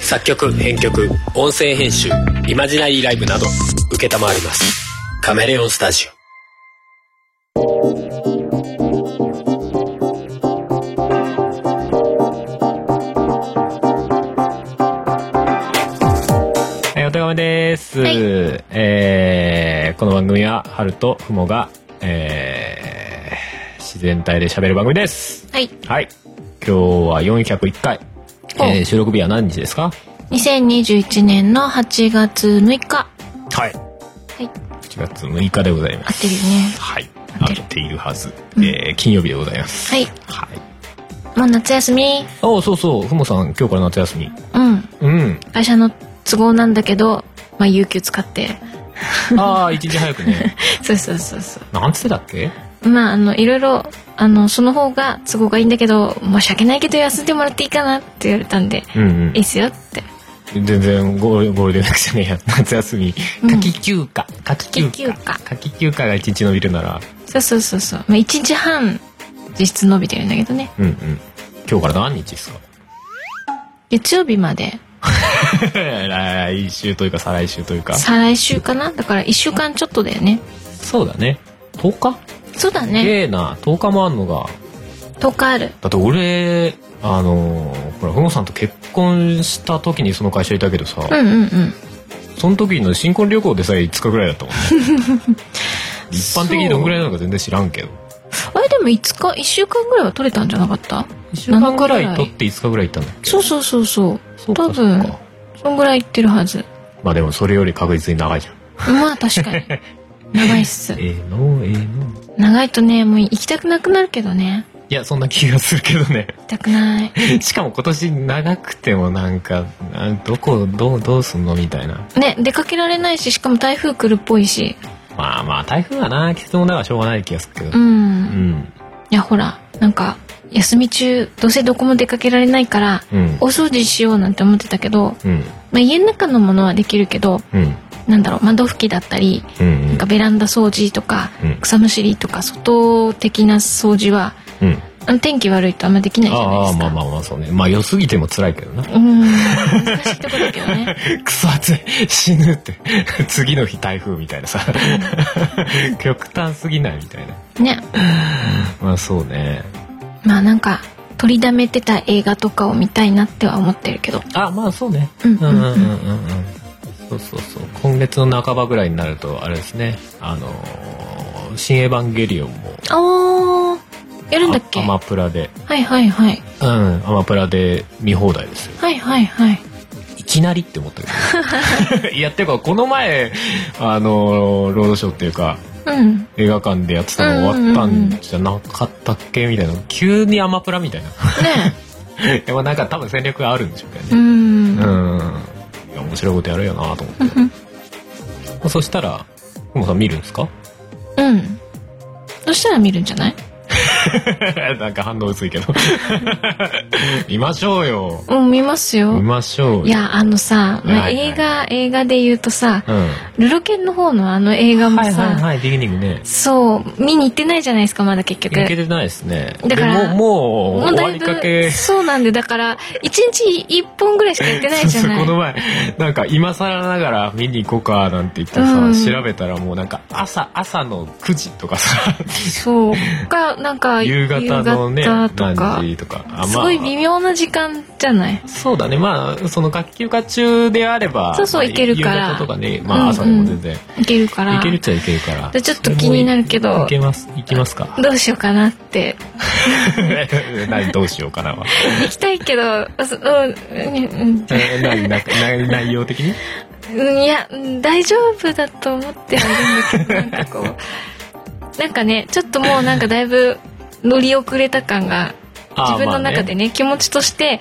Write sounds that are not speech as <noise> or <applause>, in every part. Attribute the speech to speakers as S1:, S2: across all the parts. S1: 作曲編曲音声編集イマジナリーライブなど承りますカメレオンスタジオ
S2: はい、お手紙です。
S3: はい
S2: えーこの番組は、春とふもが、えー自然体で喋る番組です。
S3: はい。
S2: はい。今日は401回。
S3: お
S2: えー収録日は何日ですか
S3: 2021年の8月6日。
S2: はい。
S3: はい。
S2: 1月6日でございま
S3: 合
S2: す。
S3: ってるよね。
S2: はい。
S3: 合
S2: 合
S3: って
S2: っ
S3: る
S2: ているはず。えー金曜日でございます。
S3: はい。
S2: はい。
S3: もう夏休み。
S2: あおそうそう、ふもさん、今日から夏休み。
S3: うん。
S2: うん。
S3: 会社の都合なんだけど、まあ、有給使って。 <laughs>
S2: ああ、一日早くね。
S3: そうそうそうそ
S2: なんつってたっけ
S3: う。まあ、あの、いろいろ、あの、その方が都合がいいんだけど、申し訳ないけど休んでもらっていいかなって言われたんで、
S2: うんうん
S3: いいっすよって。
S2: 全然ゴールゴールデンウィークじゃねえや <laughs> 夏休み
S3: うん
S2: 夏季休暇夏季休
S3: 夏季休
S2: 暇
S3: 暇
S2: 夏季休暇が一日伸びるなら
S3: そうそうそうそう。まあ、1日半、実質伸びてるんだけどね。
S2: うんうん今日から何日ですか
S3: 月曜日まで、
S2: 来週というか再来週というか
S3: 再来週かなだから1週間ちょっとだよね。
S2: そうだね10日
S3: そうだ
S2: え
S3: ね。
S2: えな10日もあんのが
S3: 10日ある。
S2: だって俺あのーほらふもさんと結婚した時にその会社いたけどさ、
S3: うんうんうん。
S2: その時の新婚旅行でさえ5日ぐらいだったもんね
S3: <laughs>
S2: 一般的にどんぐらいなのか全然知らんけど
S3: あれでも5日1週間ぐらいは取れたんじゃなかった
S2: 1週間ぐらい取って5日ぐらい行ったんだっけ
S3: そうそうそうそう
S2: そう
S3: 多
S2: かそう
S3: 分
S2: か
S3: そんぐらい行ってるはず
S2: まあでもそれより確実に長いじゃん。
S3: まあ確 <laughs> かに長いっす
S2: ええのええの。
S3: 長いとねもう行きたくなくなるけどね
S2: いや、そんな気がするけど
S3: <laughs>
S2: ね。
S3: 行きたくない
S2: しかも今年長くてもなんか、あどこ、どう、どうすんのみたいな。
S3: ね出かけられないししかも台風来るっぽいし
S2: まあまあ、台風はな、季節もだからしょうがない気がするけど
S3: う。ん、
S2: う
S3: い
S2: ん。
S3: やほらなんか休み中どうせどこも出かけられないから
S2: うん
S3: お。掃除しようなんて思ってたけど、
S2: うん。
S3: まあ、家の中のものはできるけど
S2: うん。
S3: なんだろう窓拭きだったり
S2: う
S3: なん
S2: ん
S3: か。ベランダ掃除とか、
S2: うん
S3: 草むしりとか外的な掃除は
S2: うん。
S3: あの天気悪いとあんまできないじゃない
S2: あ
S3: で
S2: あ、
S3: すか。
S2: まあまあまあ、そうね。まあ良すぎても辛いけどな。
S3: うん難しいとこだけどね
S2: くそ暑い。死ぬって。次の日台風みたいなさ。極端すぎないみたいな。
S3: ね
S2: まあそうね。
S3: まあなんか取りだめてた映画とかを見たいなっては思ってるけど
S2: あまあそうね
S3: うんうんう
S2: う
S3: ん
S2: んうんそうそうそう今月の半ばぐらいになるとあれですねあのー新エヴァンゲリオン」も
S3: あーやるんだっけ
S2: あア
S3: は
S2: マプラで
S3: いはいはい
S2: うんアマプラで見放題ですよ
S3: はいはいはい
S2: いきなりって思ったけ <laughs> ど、ね、いやっていうかこの前あのーロードショーっていうか
S3: うん
S2: 映画館でやってたの終わったんじゃなかったっけみたいな急にアマプラみたいな <laughs>
S3: ね
S2: でもなんか多分戦略があるんでしょうけどね
S3: う
S2: うん
S3: ん
S2: いや面白いことやるよなと思ってまあそしたら、ふもさん見るんですか <laughs>
S3: うんそしたら見るんじゃない
S2: なんか反応薄いけど。 <laughs> 見ましょうよ。
S3: うん見ますよ
S2: 見ましょうよ。
S3: いやあのさ、まあ
S2: はいはい
S3: 映画映画で言うとさ
S2: うん。
S3: ルロケンの方のあの映画も
S2: は
S3: さ、
S2: いはいはい、ビギニングね。
S3: そう見に行ってないじゃないですかまだ結局
S2: 抜けてないですね。
S3: だか
S2: で
S3: ら
S2: もう、もう、終わりかけ。
S3: そうなんでだから一日一本ぐらいしか行ってないじゃな
S2: こ
S3: い
S2: の前、なんか今更ながら見に行こうかなんて言ってさ、
S3: うん
S2: 調べたらもうなんか朝、朝の9時とかさ、
S3: そうかなんか
S2: 夕方のね、
S3: 夕方とか
S2: 何時とか。あ
S3: すごい微妙な時間じゃない
S2: そうだねまあその学級課中であれば
S3: そうそう
S2: まあ
S3: いけるから
S2: 夕方とかねま
S3: うんう
S2: あ
S3: ん
S2: 朝でも全然、
S3: 行けるから
S2: いけるっちゃいけるから
S3: でちょっと気になるけど
S2: いけますいきますか
S3: どうしようかなって
S2: 何どうしようかなは
S3: 行きたいけどそうん、
S2: え何なな内容的に
S3: うんうん、いやうん大丈夫だと思ってはいるんだけどなんかこうなんかねちょっともうなんかだいぶ乗り遅れた感が
S2: あー
S3: 自分の中でね気持ちとして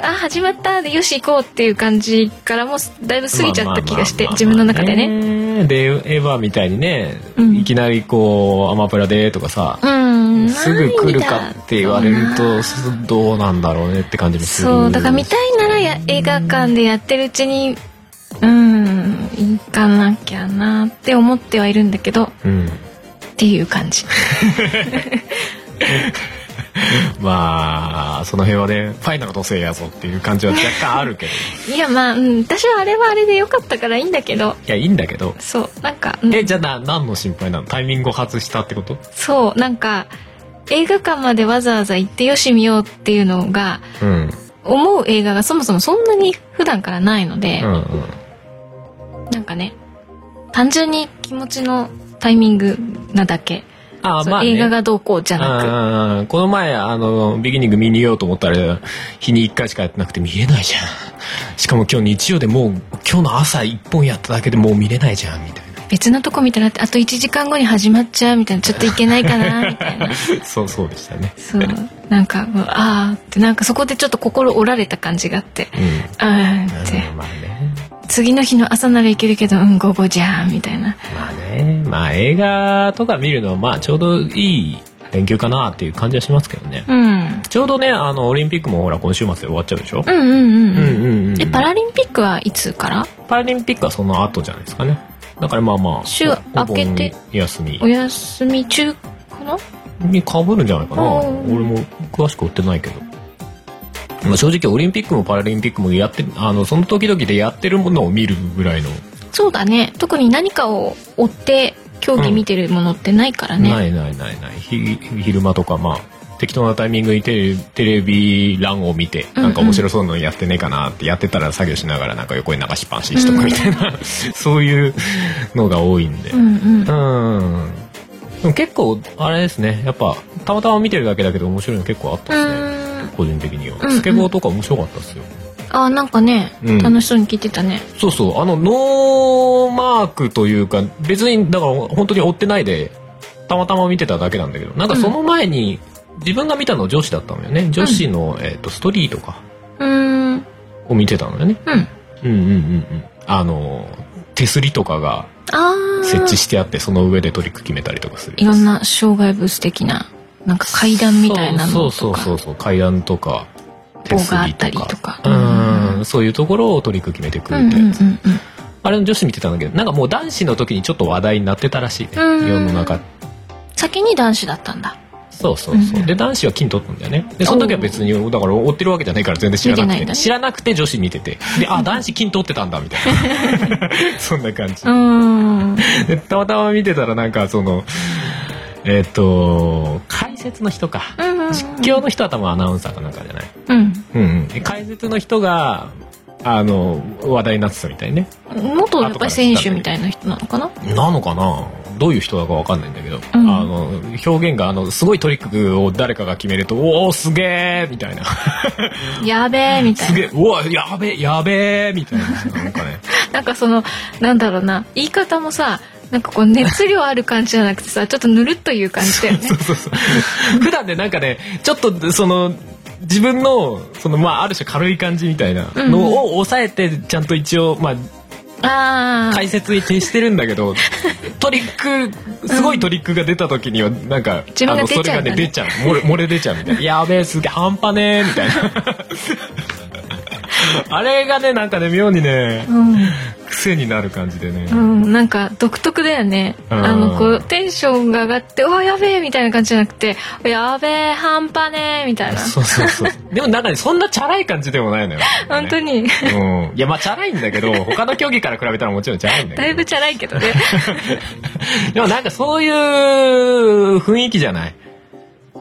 S3: あ始まったでよし行こうっていう感じからもうだいぶ過ぎちゃった気がして
S2: まあまあまあまあ
S3: 自分の中でね。
S2: ねでエヴァみたいにね、
S3: うん
S2: いきなりこう「アマプラで」とかさ、
S3: うん
S2: すぐ来るかって言われる
S3: ないん
S2: と
S3: だ
S2: どうなんだろうねって感じもする
S3: そうだから見たいならや映画館でやってるうちにうん行かなきゃなって思っ
S2: <laughs>
S3: てはいるんだけどっ
S2: うん
S3: ていう感じ
S2: まあその辺はねファイナルのせいやぞっていう感じは若干ある
S3: <laughs>
S2: けど
S3: いやまあ、うん、私はあれはあれで良かったからいいんだけど
S2: いやいいんだけど
S3: そうなんか、うん
S2: えじゃあな何の心配なのタイミングを外したってこと
S3: そうなんか映画館までわざわざ行ってよし見ようっていうのが
S2: うん
S3: 思う映画がそもそもそんなに普段からないので
S2: う、んうん
S3: なんかね単純に気持ちのタイミングなだけ
S2: あ
S3: そう映画がどうこうじゃな
S2: あーこの前あのビギニング見に行ようと思ったら日に1回しかやってなくて見れないじゃんしかも今日日曜でもう今日の朝1本やっただけでもう見れないじゃんみたい
S3: く別のとこ見たらあと1時間後に始まっちゃうみたいなちょっといけないかなみたい
S2: <laughs>
S3: な <laughs>
S2: なそうそうでしたね
S3: そうなんかうわあーってなんかそこでちょっと心折られた感じがあって
S2: うん
S3: あーって
S2: うんまあね
S3: 次の日の朝ならいけるけどうん午後じゃーみたいな
S2: まあねまあ映画とか見るのはまあちょうどいい連休かなっていう感じはしますけどね、
S3: うん
S2: ちょうどねあのオリンピックもほら今週末で終わっちゃうでしょ
S3: う、んうんう
S2: うん
S3: ん
S2: う
S3: う
S2: んんうん
S3: えパラリンピックはいつから
S2: パラリンピックはその後じゃないですかねだからまあまあ
S3: 週明けて
S2: お盆休み
S3: お休み中かな
S2: にかぶるんじゃないかな
S3: うん
S2: 俺も詳しく追ってないけど、まあ、正直オリンピックもパラリンピックもやってあのその時々でやってるものを見るぐらいの、
S3: そうだね特に何かを追って競技見てるものってないからね、
S2: ないないないないひ昼間とかまあ適当なタイミングにテレテレビ欄を見て
S3: うん
S2: なんか面白そうなのやってねえかなってやってたら作業しながらなんか横に流しっぱなしにしとくみたいな、 <laughs> そういうのが多いんで、
S3: うんうん
S2: うん。でも結構あれですね。やっぱたまたま見てるだけだけど面白いの結構あったですね。
S3: うーん
S2: 個人的には
S3: うんうん
S2: スケボーとか面白かったですよ。
S3: あーなんかね、
S2: うん
S3: 楽しそうに聞いてたね
S2: そうそうあのノーマークというか別にだから本当に追ってないでたまたま見てただけなんだけどなんかその前に自分が見たの女子だったのよね。女子の、えっ、とストリートか
S3: うーんうん
S2: を見てたのよね。うんうんうんうん。あの手すりとかが
S3: あ
S2: 設置
S3: あ
S2: してあってその上でトリック決めたりとかする。
S3: いろんな障害物的ななんか階段みたいなのとか
S2: そうそうそうそう階段とか手す
S3: 棒があっ
S2: り
S3: た
S2: と
S3: り
S2: か
S3: とか
S2: うんそういうところをトリック決めてく
S3: う
S2: るっ
S3: ん
S2: て
S3: うんう
S2: や
S3: ん
S2: つ、あれの女子見てたんだけどなんかもう男子の時にちょっと話題になってたらしいね
S3: うん
S2: 世の中
S3: 先に男子だったんだ
S2: そうそうそう、
S3: うん
S2: で男子は金取ったんだよねでその時は別にだから追ってるわけじゃないから全然知らなくて
S3: 見てないんだね
S2: 知らなくて女子見ててであ男子金取ってたんだみたい
S3: <laughs>
S2: なそんな感じ
S3: うーん
S2: でたまたま見てたらなんかそのえっ、と解説の人か
S3: うんうん
S2: 実況の人は多分アナウンサーかなんかじゃない
S3: うん
S2: うんうん、解説の人があの話題になってたみたいね
S3: 元やっぱり選手みたいな人なのかな
S2: なのかなどういう人だかわかんないんだけど、
S3: うん
S2: あの表現があのすごいトリックを誰かが決めると「おおすげえ!」みたいな <laughs>
S3: やべえ
S2: 「
S3: みた
S2: す
S3: いな
S2: げえうわやべえやべえ!」みたいななんかね <laughs>
S3: なんかそのなんだろうな言い方もさなんかこう熱量ある感じじゃなくてさちょっとぬるっという感じだよね
S2: そうそうそう普段でなんかねちょっとその自分のその、まあ、ある種軽い感じみたいなのを抑えてちゃんと一応、まあ、
S3: ああ
S2: 解説に徹してるんだけ
S3: <laughs>
S2: どトリックすごいトリックが出た時にはなんか、
S3: 自分
S2: あ
S3: が
S2: の
S3: 出
S2: そ
S3: ち
S2: れ
S3: ゃう
S2: が
S3: んだね
S2: ね出ちゃう漏れ漏れ出ちゃうみたいな「
S3: <laughs>
S2: やべえすげえ半端ねえ」みたいなあれがねなんかね妙にね
S3: うん
S2: 癖になる感じでね、
S3: うん、なんか独特だよね。
S2: うん
S3: あの、こう、テンションが上がって、うわ、やべえみたいな感じじゃなくて、やべえ、半端ねえみたいな。
S2: そうそうそうでもなんかねそんなチャラい感じでもないのよ、
S3: <laughs> 本当に、
S2: うん、いやまあチャラいんだけど他の競技から比べたらもちろんチャラいんだけど
S3: だいぶチャラいけど
S2: <laughs>
S3: ね。
S2: でもなんかそういう雰囲気じゃない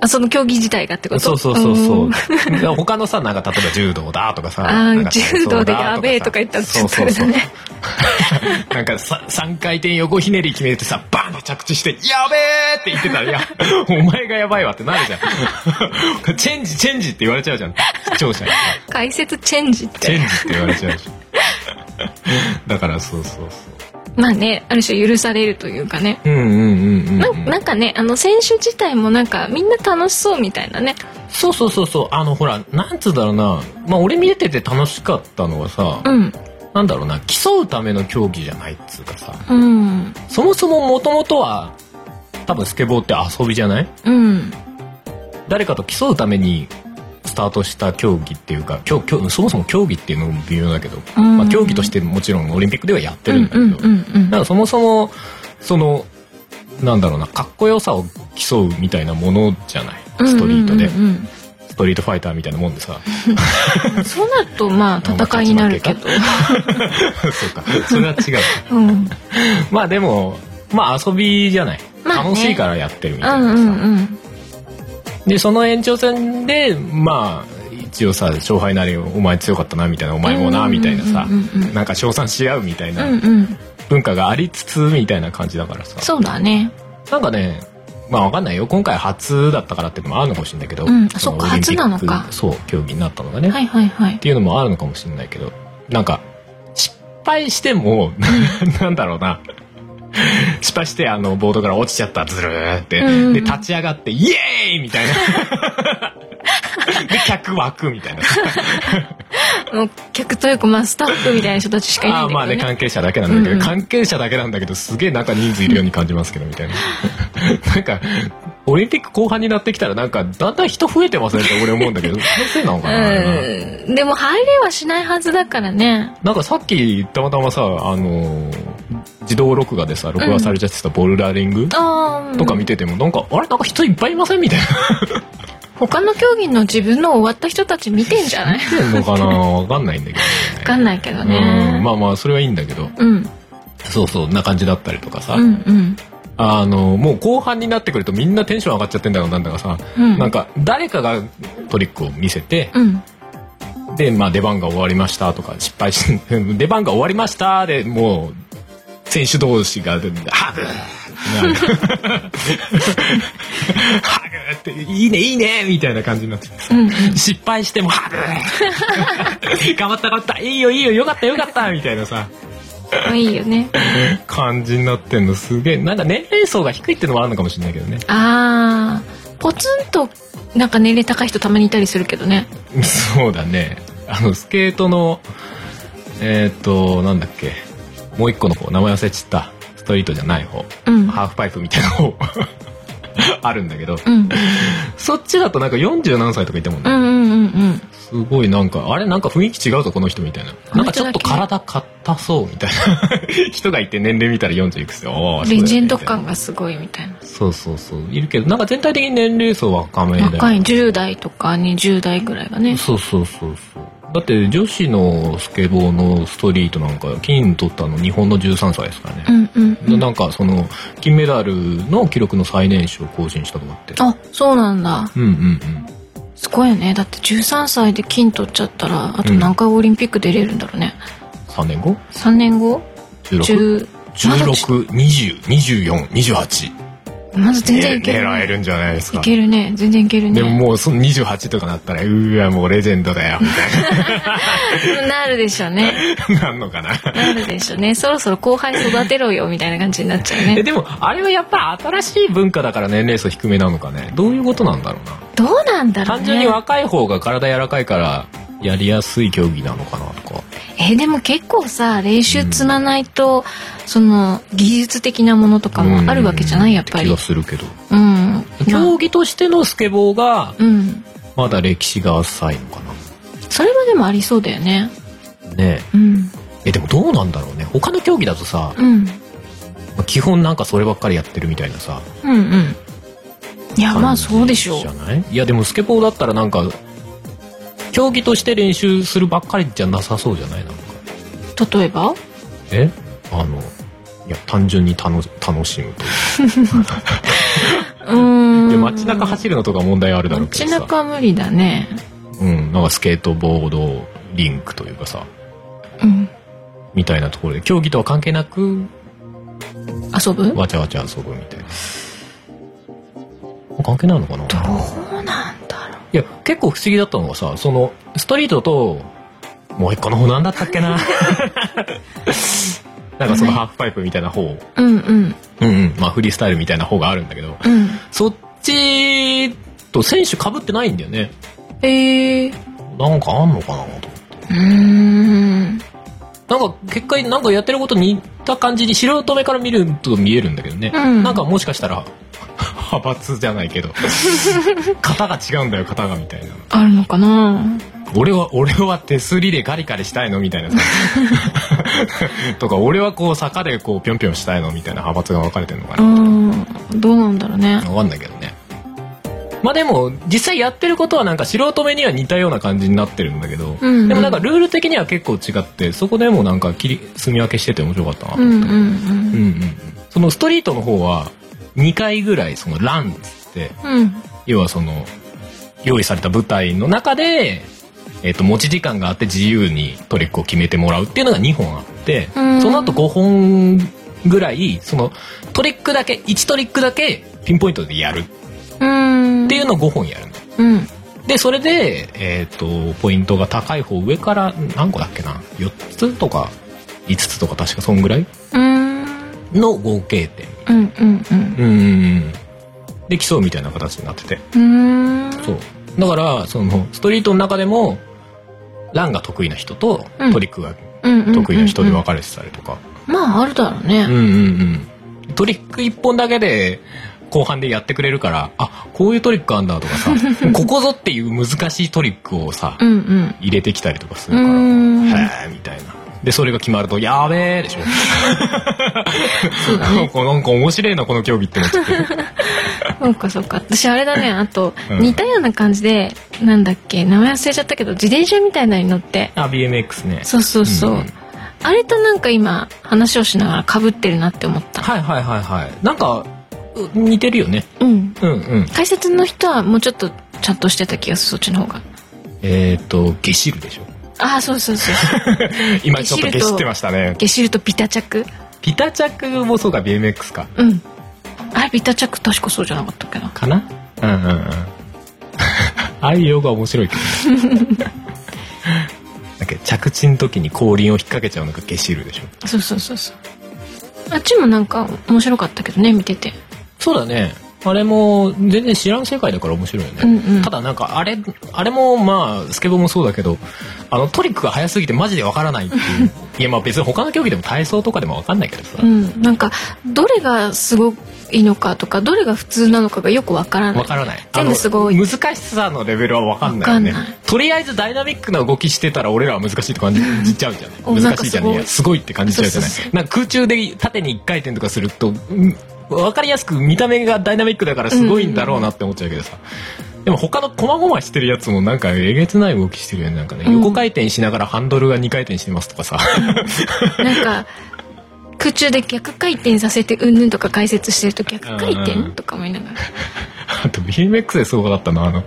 S3: あ、その競技自体がってこと
S2: そうそうそうそ
S3: ん
S2: う。他のさ、なんか例えば柔道だとかさ。
S3: あー
S2: なんか体操
S3: 柔道で
S2: ださ
S3: やべえとか言ったらちょっとあ
S2: そう
S3: れ
S2: そ
S3: だ
S2: う
S3: ね
S2: そう。なんかさ3回転横ひねり決めてさ、バーンと着地して、やべえって言ってたら、いや、お前がやばいわってなるじゃん。チェンジ、チェンジって言われちゃうじゃん。視聴者に。
S3: 解説チェンジっ
S2: チェン
S3: て。
S2: ジって言われちゃうじゃん。だからそうそうそ
S3: まあね、ある種許されるというかね。
S2: う。うんうんうんうん、うん。
S3: なんなんかね、あの、選手自体もなんか、みんな楽しそうみたいなね。
S2: そうそうそうそう。あの、ほら、なんつうだろうな。まあ、俺見れてて楽しかったのはさ、
S3: うん。
S2: なんだろうな競うための競技じゃないっつうかさ
S3: うん。
S2: そもそももともとは多分スケボーって遊びじゃない
S3: うん。
S2: 誰かと競うためにスタートした競技っていうか競競そもそも競技っていうのも微妙だけど、
S3: うん
S2: まあ、競技としてもちろんオリンピックではやって
S3: う
S2: るん
S3: ん
S2: だけ
S3: う
S2: ど、
S3: んうんう
S2: だか
S3: ん。
S2: らそもそもそのなんだろうなかっこよさを競うみたいなものじゃないストリートで、
S3: うんうんうん
S2: ストリートファイターみたいなもんでさ
S3: うんそうなるとまあ戦いになるけど、
S2: <laughs> そうかそれは違う
S3: <laughs> うん、うん
S2: まあでもまあ遊びじゃない、
S3: まあね
S2: 楽しいからやってるみたいなさ、
S3: うんうん
S2: でその延長戦でまあ一応さ勝敗なりお前強かったなみたいなお前もな
S3: うんうんうんうん
S2: みたいなさ
S3: うんうん
S2: なんか称賛し合うみたいな
S3: うんうん
S2: 文化がありつつみたいな感じだからさ
S3: そうだね
S2: なんかねまあわかんないよ今回初だったからってのもあるのかもしれないけど、
S3: うんあ
S2: の
S3: そっか
S2: オリンピック
S3: 初なのか
S2: そう競技になったのがね、
S3: はいはいはい
S2: っていうのもあるのかもしれないけどなんか失敗しても <laughs> なんだろうな失敗してあのボードから落ちちゃったズルーって、
S3: うんうん
S2: で立ち上がってイエーイみたいなで客湧くみたいな
S3: もう客というかまあスタッフみたいな人たちしかいない
S2: あ
S3: ん
S2: あまあ
S3: だけ
S2: ね
S3: どね
S2: 関係者だけなんだけど、
S3: うんうん
S2: 関係者だけなんだけどすげえなんか人数いるように感じますけどみ
S3: <laughs>
S2: たいななんかオリンピック後半になってきたらなんかだんだん人増えてませんって俺思うんだけど気のせいなのかな、あれは
S3: うんでも入れはしないはずだからね
S2: なんかさっきたまたまさあのー自動録画でさ録画されちゃってたボルダリング
S3: ああ
S2: とか見ててもなんか、あれなんか人いっぱいいませんみたいな
S3: 他の競技の自分の終わった人たち見てんじゃない
S2: 見てんのかな <laughs> わかんないんだけど、ね、
S3: わかんないけど
S2: うん
S3: ね
S2: まあまあそれはいいんだけど
S3: うん
S2: そうそうんな感じだったりとかさ、
S3: うんうん
S2: あのもう後半になってくるとみんなテンション上がっちゃってんだかなんだかさ、
S3: うん
S2: なんか誰かがトリックを見せて、
S3: うん
S2: で、まあ、出番が終わりましたとか失敗し <laughs> 出番が終わりましたでもう選手同士 <laughs> が「ハグ!」なんかハグって「いいねいいね」みたいな感じになっててさ、
S3: うん
S2: 失敗しても「ハグ! 」頑張った頑張ったいいよいいよよかったよかったみたいなさ
S3: うんいいよね
S2: 感じになってんのすげえなんか年齢層が低いってのもあるのかもしれないけどね
S3: あーポツンとなんか年齢高い人たまにいたりするけどね
S2: そうだね。あの、スケートの、えーっ、と、なんだっけ。もう一個の方、名前忘れちゃった。ストリートじゃない方。
S3: うん
S2: ハーフパイプみたいな方。 <laughs> あるんだけど、
S3: うん
S2: そっちだとなんか40何歳とかいたもん
S3: う
S2: ね、
S3: んうんうんうん
S2: すごいなんかあれなんか雰囲気違うぞこの人みたいななんかちょっと体硬そうみたいな <laughs> 人がいて年齢見たら40いくつよおーそうだよ
S3: レ
S2: ね
S3: ジェンド
S2: みたいな
S3: 感がすごいみたいな
S2: そうそうそういるけどなんか全体的に年齢層若めだよね
S3: 若い10代とか20代ぐらいがね
S2: そうそうそうそうだって女子のスケボーのストリートなんか金取ったの日本の13歳ですから
S3: う
S2: ね、
S3: んうんうん
S2: なんかその金メダルの記録の最年少を更新したとかって
S3: あそうなんだ
S2: うんうんうん
S3: すごいよねだって13歳で金取っちゃったらあと何回オリンピック出れるんだろうね、
S2: 3年後
S3: 3年後
S2: 16
S3: 10まだち
S2: 16202428
S3: まだ全然いける、
S2: 狙えるんじゃないです
S3: い
S2: か
S3: けるね全然いけるね
S2: でももうその28とかなったらうわもうレジェンドだよみた
S3: なるでしょうね
S2: いななんのかな
S3: なるでしょうねそろそろ後輩育てろよみたいな感じになっちゃう
S2: え
S3: ね
S2: でもあれはやっぱ新しい文化だから年齢層低めなのかねどういうことなんだろうな
S3: どうなんだろう
S2: 単純に
S3: ね
S2: 若い方が体柔らかいからやりやすい競技なのかなとか
S3: えでも結構さ練習積まないと、その技術的なものとかもあるわけじゃないやっぱり
S2: 気
S3: うん
S2: がするけど
S3: まあ
S2: 競技としてのスケボーが
S3: うん
S2: まだ歴史が浅いのか
S3: それはでもありそうだよね
S2: なね
S3: うん
S2: ええでもどうなんだろうね他の競技だとさ
S3: うん
S2: まあ基本なんかそればっかりやってるみたいなさ
S3: うんうんいやまあ
S2: 感じ
S3: そうでしょう
S2: じゃないいやでもスケボーだったらなんか競技として練習するばっかりじゃなさそうじゃないなんか
S3: 例えば
S2: えあのいや単純に楽楽しむという
S3: うーん
S2: で街中走るのとか問題あるだろうけ
S3: 街
S2: どさ
S3: 中は無理だね
S2: うん、なんかスケートボードリンクというかさ
S3: うん
S2: みたいなところで競技とは関係なく
S3: 遊ぶど
S2: わちゃわちゃ遊ぶみたいな関係ないのかな
S3: うなんだろ
S2: いや結構不思議だったのがさそのストリートともう一個の方なんだったっけななんかそのハーフパイプみたいな方、うん
S3: ううんうん
S2: うんまあ、フリースタイルみたいな方があるんだけど
S3: うん
S2: そっちと選手かぶってないんだよね
S3: えー、
S2: なんかあんのかなと
S3: うーん
S2: なんか結果なんかやってること似た感じに素人目から見ると見えるんだけどね、
S3: うん
S2: なんかもしかしたら派閥じゃない
S3: <laughs>
S2: けど型が違うんだよ型がみたいな
S3: あるのかな
S2: 俺は俺は手すりでガリガリしたいのみたいなさ <laughs> とか俺はこう坂でこうぴょんぴょんしたいのみたいな派閥が分かれてるのか
S3: う
S2: な、
S3: んどうなんだろうね
S2: 分かんないけどねまあでも実際やってることはなんか素人目には似たような感じになってるんだけど、
S3: うんうん
S2: でもなんかルール的には結構違ってそこでもなんか切り住み分けしてて面白かったなと
S3: う
S2: 思っ
S3: ん
S2: て、
S3: うん
S2: うんうんうんそのストリートの方は2回ぐらいそのランっつって
S3: うんうん
S2: 要はその用意された舞台の中で、えっと持ち時間があって自由にトリックを決めてもらうっていうのが2本あって
S3: うん
S2: その後5本ぐらいそのトリックだけ1トリックだけピンポイントでやる
S3: うん
S2: っていうのを5本やるの。
S3: うん
S2: でそれで、えー、とポイントが高い方上から何個だっけな4つとか5つとか確かそんぐらい
S3: うん
S2: の合計点
S3: うんうんうん
S2: うんうんで競うみたいな形になってて
S3: うん
S2: そうだからそのストリートの中でもランが得意な人と
S3: うん
S2: トリックが
S3: うんうん
S2: 得意な人で分かれてたりとか
S3: まああるだろう
S2: うん
S3: ね
S2: うんうんトリック1本だけで後半でやってくれるからあこういうトリックあんだとか
S3: <laughs>
S2: さここぞっていう難しいトリックをさ
S3: うんうん
S2: 入れてきたりとかす
S3: う
S2: るから。
S3: ん
S2: へえみたいな。で、それが決まると、やべえでしょ。
S3: <laughs>
S2: <laughs> なん
S3: そうだね
S2: か、なんか面白いな、この競技って思っちゃって。
S3: そうかそうか私あれだねあと
S2: うん
S3: 似たような感じでなんだっけ名前忘れちゃったけど自転車みたいなのに乗って
S2: あ、BMX ね。
S3: そうそうそう、
S2: うん
S3: あれとなんか今話をしながらかぶってるなって思った
S2: はいはいはいはい。なんか、う似てるよね。
S3: うん
S2: うんうん。
S3: 解説の人はもうちょっとちゃんとしてた気がするそっちの方が
S2: えっ、ー、と、ゲシるでしょ。
S3: ああそうそうそう <laughs> そう
S2: 今ちょっとゲシってましたね。
S3: ゲシルとビタ着
S2: ピタ着もそうか、BMX か。
S3: うんあれビタ着確かそうじゃなかったっけな
S2: かなうん <laughs> うんうん。あいう用語は面白いけどね。 <laughs> だっけ着地の時に後輪を引っ掛けちゃうのがゲシるでしょ。
S3: そうそうそうそうあっちもなんか面白かったけどね見てて
S2: そうだね。あれも全然知らん世界だから面白いよね。
S3: うんうん
S2: ただなんかあれ、あれもまあスケボーもそうだけど、あのトリックが早すぎてマジでわからないってい
S3: <laughs>
S2: う。いやまあ別に他の競技でも体操とかでもわかんないけどさ
S3: う。んなんかどれがすごいのかとかどれが普通なのかがよくわからな
S2: わ
S3: い
S2: からない。
S3: 全部すごい
S2: あの難しさのレベルはわかんないよね
S3: わかんない。
S2: とりあえずダイナミックな動きしてたら俺らは難しいって感じちゃうじゃん。
S3: おなん
S2: 難
S3: か
S2: しい
S3: す
S2: じゃん
S3: ごい
S2: いや。すごいって感じちゃうじゃない
S3: そうそう。
S2: なんか空中で縦に一回転とかすると、うんわかりやすく見た目がダイナミックだからすごいんだろうなって思っちゃうけどさ。でも他の細々してるやつもなんかえげつない動きしてるよね。なんかね、
S3: うん
S2: 横回転しながらハンドルが2回転してますとかさ。 <laughs>
S3: なんか空中で逆回転させてうんぬんとか解説してると逆回
S2: うんう
S3: 転
S2: ん
S3: とか思いながら
S2: あと BMX でそうだったな。あの、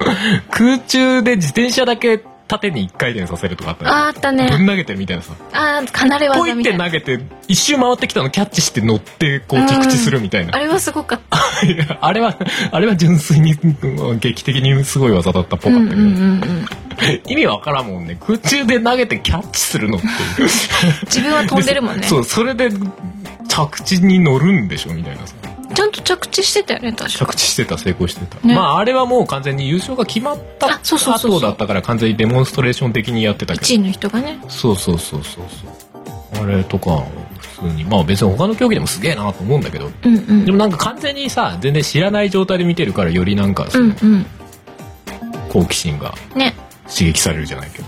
S2: 空中で自転車だけ縦に1回転させるとかあったね
S3: あーあった
S2: ぶん
S3: ね
S2: 投げてるみたいなさ。
S3: あー離れ
S2: ポイ
S3: 技
S2: っ
S3: みた
S2: て
S3: いな
S2: 投げて一周回ってきたのキャッチして乗ってこう着地するみたい
S3: あ
S2: な、
S3: れはすごかった
S2: いや <laughs> あれはあれは純粋にうん劇的にすごい技だったっぽ
S3: うん
S2: かっ
S3: うん
S2: たけ
S3: う
S2: ど、
S3: んうん
S2: 意味わからんもんね空中で投げてキャッチするのっていう
S3: 自分は飛んでるもんね
S2: そうそれで着地に乗るんでしょみたいなさ
S3: ちゃんと着地してたよね確か
S2: 着地してた成功してた、
S3: ね
S2: まああれはもう完全に優勝が決まった
S3: あそうそうそうそう
S2: 後だったから完全にデモンストレーション的にやってたけど
S3: 1位の人がね
S2: そうそうそうそうそうあれとか普通にまあ別に他の競技でもすげえなと思うんだけど
S3: うんうん
S2: でもなんか完全にさ全然知らない状態で見てるからよりなんかそ
S3: うん
S2: の
S3: うん
S2: 好奇心が
S3: ね
S2: 刺激されるじゃないけど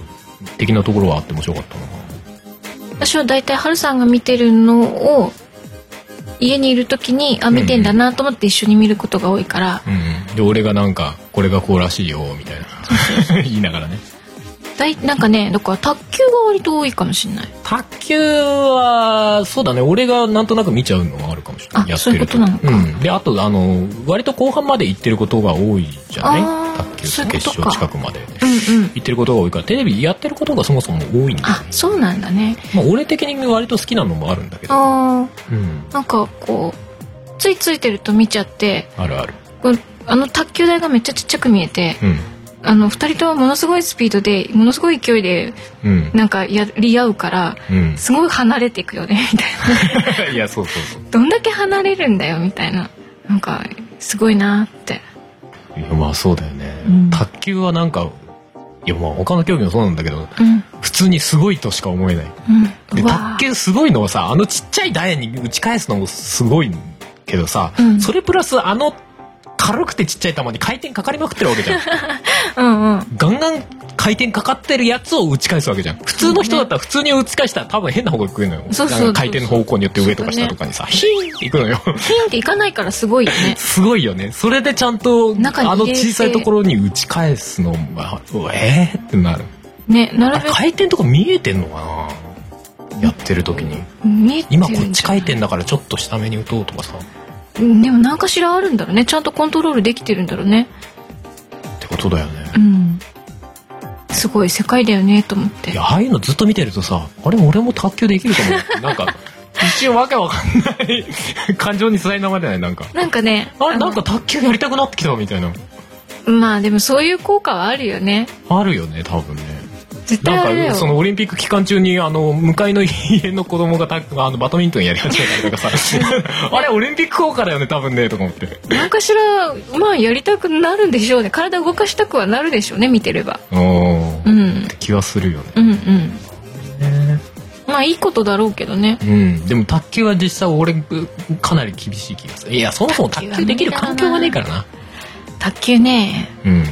S2: 的なところはあって面白かったな
S3: 私は大体ハルさんが見てるのを家にいる時にあ見てんだなと思って一緒に見ることが多いから
S2: うん、で俺がなんかこれがこうらしいよみたいな <laughs> 言いながらね
S3: だいなんかねだから卓球が割と多いかもしれない
S2: 卓球はそうだね俺がなんとなく見ちゃうのはあるかもしれない
S3: あそういうことな
S2: うん、であとあの割と後半まで行ってることが多いじゃ
S3: あ
S2: な
S3: ー
S2: い卓球
S3: そうい
S2: の
S3: うこと
S2: 決
S3: か
S2: 勝近くまで
S3: うんうん
S2: 行ってることが多いからテレビやってることがそもそも多いんだよ
S3: あ
S2: ね
S3: そうなんだね
S2: まあ俺的に割と好きなのもあるんだけど
S3: あ
S2: うん
S3: ーなんかこうついついてると見ちゃって
S2: あるある。
S3: こうあの卓球台がめっちゃちっちゃく見えて
S2: うん。
S3: あの2人ともものすごいスピードでものすごい勢いで
S2: うん。
S3: なんかやり合うから
S2: うん。
S3: すごい離れていくよね <laughs> みたいな。
S2: いや、そうそうそう。
S3: どんだけ離れるんだよみたいななんかすごいなって
S2: いや、まあそうだよね。
S3: うん
S2: 卓球はなんか、いや、まあ他の競技もそうなんだけど、
S3: うん
S2: 普通にすごいとしか思えない。
S3: うん
S2: で、
S3: うわ
S2: 卓球すごいのはさ、あのちっちゃい台に打ち返すのもすごいけどさ、
S3: うん
S2: それプラスあの軽くてちっちゃい球に回転かかりまくってるわけじゃん。
S3: うんうん
S2: ガンガン回転かかってるやつを打ち返すわけじゃん普通の人だったら普通に打ち返したら多分変な方向に行くのよ
S3: そうそうそう
S2: なんか回転の方向によって上とか下とかにさ、ヒーンって行くのよ
S3: ピンっていかないからすごいよね。
S2: すごいよねそれでちゃんと
S3: 中に
S2: あ
S3: 入れ
S2: の
S3: て
S2: 小さいところに打ち返すのはえー、ってなる
S3: ね、な
S2: あ
S3: る
S2: れ回転とか見えてんのかなやってる時に
S3: べく見えてるん
S2: 今
S3: じゃ
S2: こ
S3: ない
S2: っち回転だからちょっと下目に打とうとかさ
S3: うんでも何かしらあるんだろうね。ちゃんとコントロールできてるんだろうね。
S2: ってことだよね
S3: うん。すごい世界だよねと思っ
S2: い
S3: て
S2: や。ああいうのずっと見てるとさあれ俺も卓球できるかもってなんか <laughs> 一瞬わけわかんない <laughs> 感情につないまれないなんか
S3: なんかね、
S2: あれ
S3: あの
S2: なんか卓球やりたくなってきたみたいな
S3: まあでもそういう効果はあるよね。
S2: あるよね多分ね
S3: 絶対あれだ
S2: なん
S3: よ
S2: か。そのオリンピック期間中にあの向かいの家の子供がた <laughs> あのバドミントンやり始めたりとかさ
S3: <laughs>
S2: あれオリンピック効果だよね多分ねとか思って
S3: 何かしら、まあやりたくなるんでしょうね。体動かしたくはなるでしょうね、見てれば。
S2: うん
S3: う
S2: っ
S3: ん。
S2: て気はするよね
S3: うんうん。まあいいことだろうけどね。
S2: うん、でも卓球は実際俺かなり厳しい気がするいやそもそも卓球できる環境がねえからな
S3: 卓球ね、
S2: うん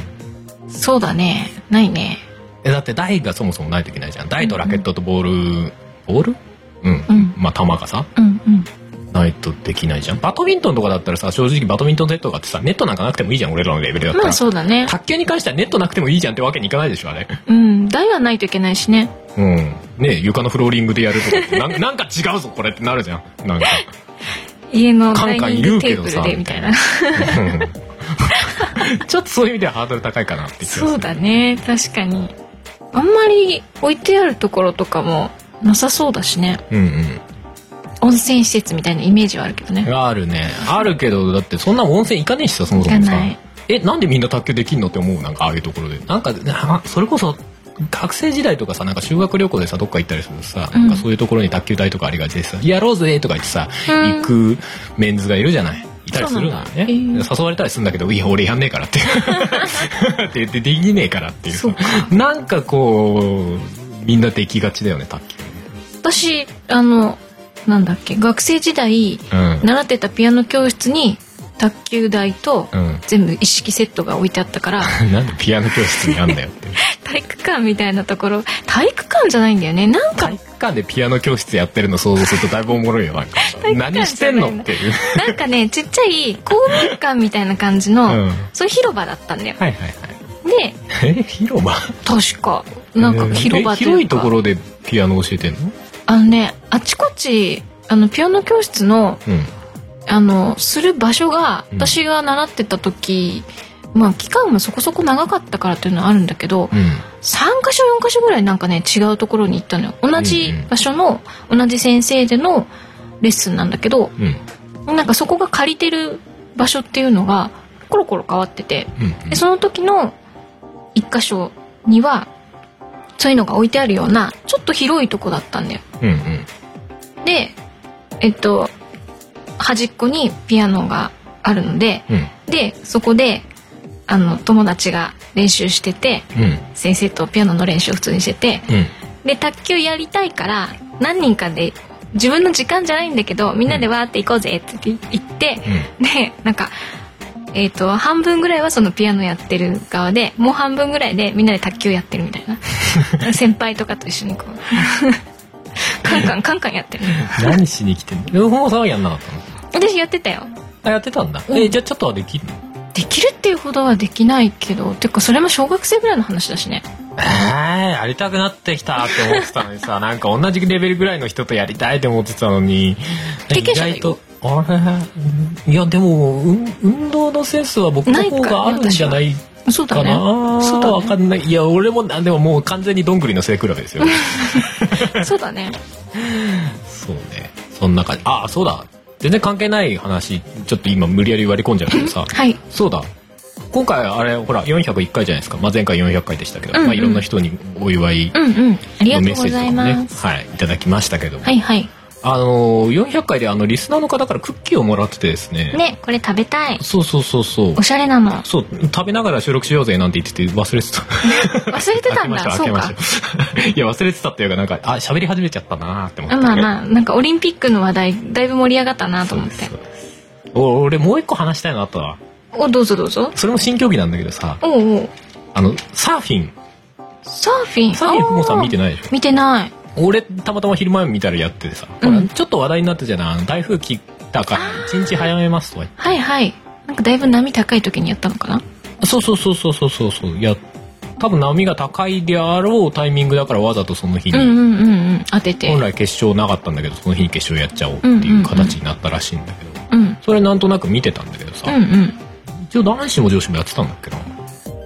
S3: そうだね。ないね。
S2: えだって台がそもそもないといけないじゃん台とラケットとボール、ボールうん、
S3: うん
S2: まあ球がさ
S3: うんうん。
S2: ないとできないじゃんバドミントンとかだったらさ正直バドミントンネットがあってさネットなんかなくてもいいじゃん俺らのレベルだったら、
S3: まあそうだね。
S2: 卓球に関してはネットなくてもいいじゃんってわけにいかないでしょあれ
S3: うん。台はないといけないしね。
S2: うんねえ床のフローリングでやるとかってなんなんか違うぞこれってなるじゃん
S3: <laughs>
S2: なんか <laughs>
S3: 家の
S2: カ
S3: ダ
S2: ン
S3: イ
S2: カ
S3: ニ
S2: ン
S3: ン
S2: 言う
S3: グ
S2: け
S3: テー
S2: ど
S3: ブ
S2: さ
S3: ルでみたいな。
S2: うんちょっとそういう意味ではハードル高いかなって気がする
S3: そうだね確かにあんまり置いてあるところとかもなさそうだしね
S2: うんうん
S3: 温泉施設みたいなイメージはあるけどね
S2: あるねあるけどだってそんな温泉行かねえしさそもそも
S3: 行
S2: さ
S3: かない
S2: えなんでみんな卓球できんのって思うなんかああいうところでなんかなそれこそ学生時代とかさなんか修学旅行でさどっか行ったりするとさ、
S3: う
S2: な
S3: ん
S2: んかそういうところに卓球台とかありがちでさ「やろうぜ」とか言ってさ、
S3: うん
S2: 行くメンズがいるじゃないいたりするのよね、
S3: そうなんだ
S2: 誘われたりするんだけど「いや俺やんねえ
S3: <laughs>
S2: から」ってって言ってできねえからっていう
S3: そう
S2: なんかこうみんなできがちだよね卓球
S3: 私あのなんだっけ学生時代
S2: うん
S3: 習ってたピアノ教室に卓球台と
S2: うん <laughs>
S3: 全部一式セットが置いてあったから
S2: なんでピアノ教室にあんだよって
S3: 体育館みたいなところ体育館じゃないんだよねなんか
S2: 体育館でピアノ教室やってるの想像するとだいぶおもろいよなんか
S3: 育館
S2: 何してんのっていう
S3: なんかねちっちゃい公民館みたいな感じの、
S2: うん
S3: そういう広場だったんだよ
S2: はいはいはい
S3: で
S2: え広場
S3: 確かなんか広場
S2: え
S3: というか、
S2: 広いところでピアノ教えてんの
S3: あのねあちこちあのピアノ教室の
S2: うん
S3: あのする場所が
S2: うん
S3: 私が習ってた時、まあ期間もそこそこ長かったからっていうのはあるんだけど
S2: うん
S3: 3か所4か所ぐらいなんかね違うところに行ったのよ同じ
S2: うんうん
S3: 場所の同じ先生でのレッスンなんだけど
S2: うん
S3: なんかそこが借りてる場所っていうのがコロコロ変わってて
S2: うん
S3: でその時の1箇所にはそういうのが置いてあるようなちょっと広いとこだったんだよ
S2: うんうん
S3: でえっと端っこにピアノがあるので
S2: うん
S3: でそこであの友達が練習してて
S2: うん
S3: 先生とピアノの練習を普通にしてて
S2: うん
S3: で卓球やりたいから何人かで自分の時間じゃないんだけどみんなでわーって行こうぜって言って <laughs> でなんか。えっと半分ぐらいはそのピアノやってる側でもう半分ぐらいでみんなで卓球やってるみたい
S2: <laughs>
S3: な先輩とかと一緒にこうカンカンカンカンやってる
S2: 何しに来てんの本郷さんはやんなかったの
S3: 私やってたよ
S2: あやってたんだ
S3: う
S2: え
S3: ん
S2: じゃあちょっとはできるの
S3: できるっていうほどはできないけどてかそれも小学生ぐらいの話だしね
S2: えーやりたくなってきたって思ってたのにさなんか同じレベルぐらいの人とやりたいって思ってたのに
S3: 経験者だよ
S2: 意外とあれいやでも、うん運動のセンスは僕の方があるんじゃない
S3: そうだ
S2: か
S3: ね
S2: な
S3: そう
S2: わか
S3: だ
S2: んないいや俺もなでももう完全にどんぐりの背比べですよ
S3: ねそうだね
S2: そうねそんな感じあそうだ全然関係ない話ちょっと今無理やり割り込んじゃうけどさ
S3: はい
S2: そうだ今回あれほら401回じゃないですか、まあ、前回400回でしたけど、
S3: うんうん
S2: まあ、いろんな人にお祝い
S3: うんうんありが
S2: の
S3: と
S2: メ
S3: う
S2: ッセージ
S3: ご
S2: と
S3: ざ
S2: か
S3: い
S2: もね
S3: ます、
S2: はい、いただきましたけども、
S3: はいはい
S2: あのー400回であのリスナーの方からクッキーをもらっててですね
S3: ねこれ食べたい
S2: そうそうそうそう
S3: おしゃれなの
S2: そう食べながら収録しようぜなんて言ってて忘れ
S3: <laughs>
S2: てた
S3: 忘れてたんだ
S2: 開
S3: そ
S2: け
S3: う
S2: ま
S3: か
S2: した開けましたいや忘れてたっていうか <laughs> なんかあ喋り始めちゃったなーって思って
S3: まあまあなんかオリンピックの話題だいぶ盛り上がったなと
S2: そう
S3: 思っ
S2: で
S3: て
S2: すそうですお俺もう一個話したいのあったわ
S3: おどうぞどうぞ
S2: それも新競技なんだけどさ
S3: おうおう
S2: あのサーフィン
S3: サーフィン
S2: サーフィンもさん見て
S3: ない
S2: ないでしょ
S3: 見てない
S2: 俺たまたま昼前見たらやっててさ、
S3: うん
S2: ほらちょっと話題になってたじゃないあの台風来たから1日早めますとか言って
S3: はいはいなんかだいぶ波高い時にやったのかな
S2: そうそうそうそうそうそうそういや多分波が高いであろうタイミングだからわざとその日
S3: うんう
S2: に、
S3: んうんうん当てて
S2: 本来決勝なかったんだけどその日に決勝やっちゃおうっていう形になったらしいんだけど、
S3: うん
S2: それなんとなく見てたんだけどさ、
S3: うんうん
S2: 一応男子も女子もやってたんだっけな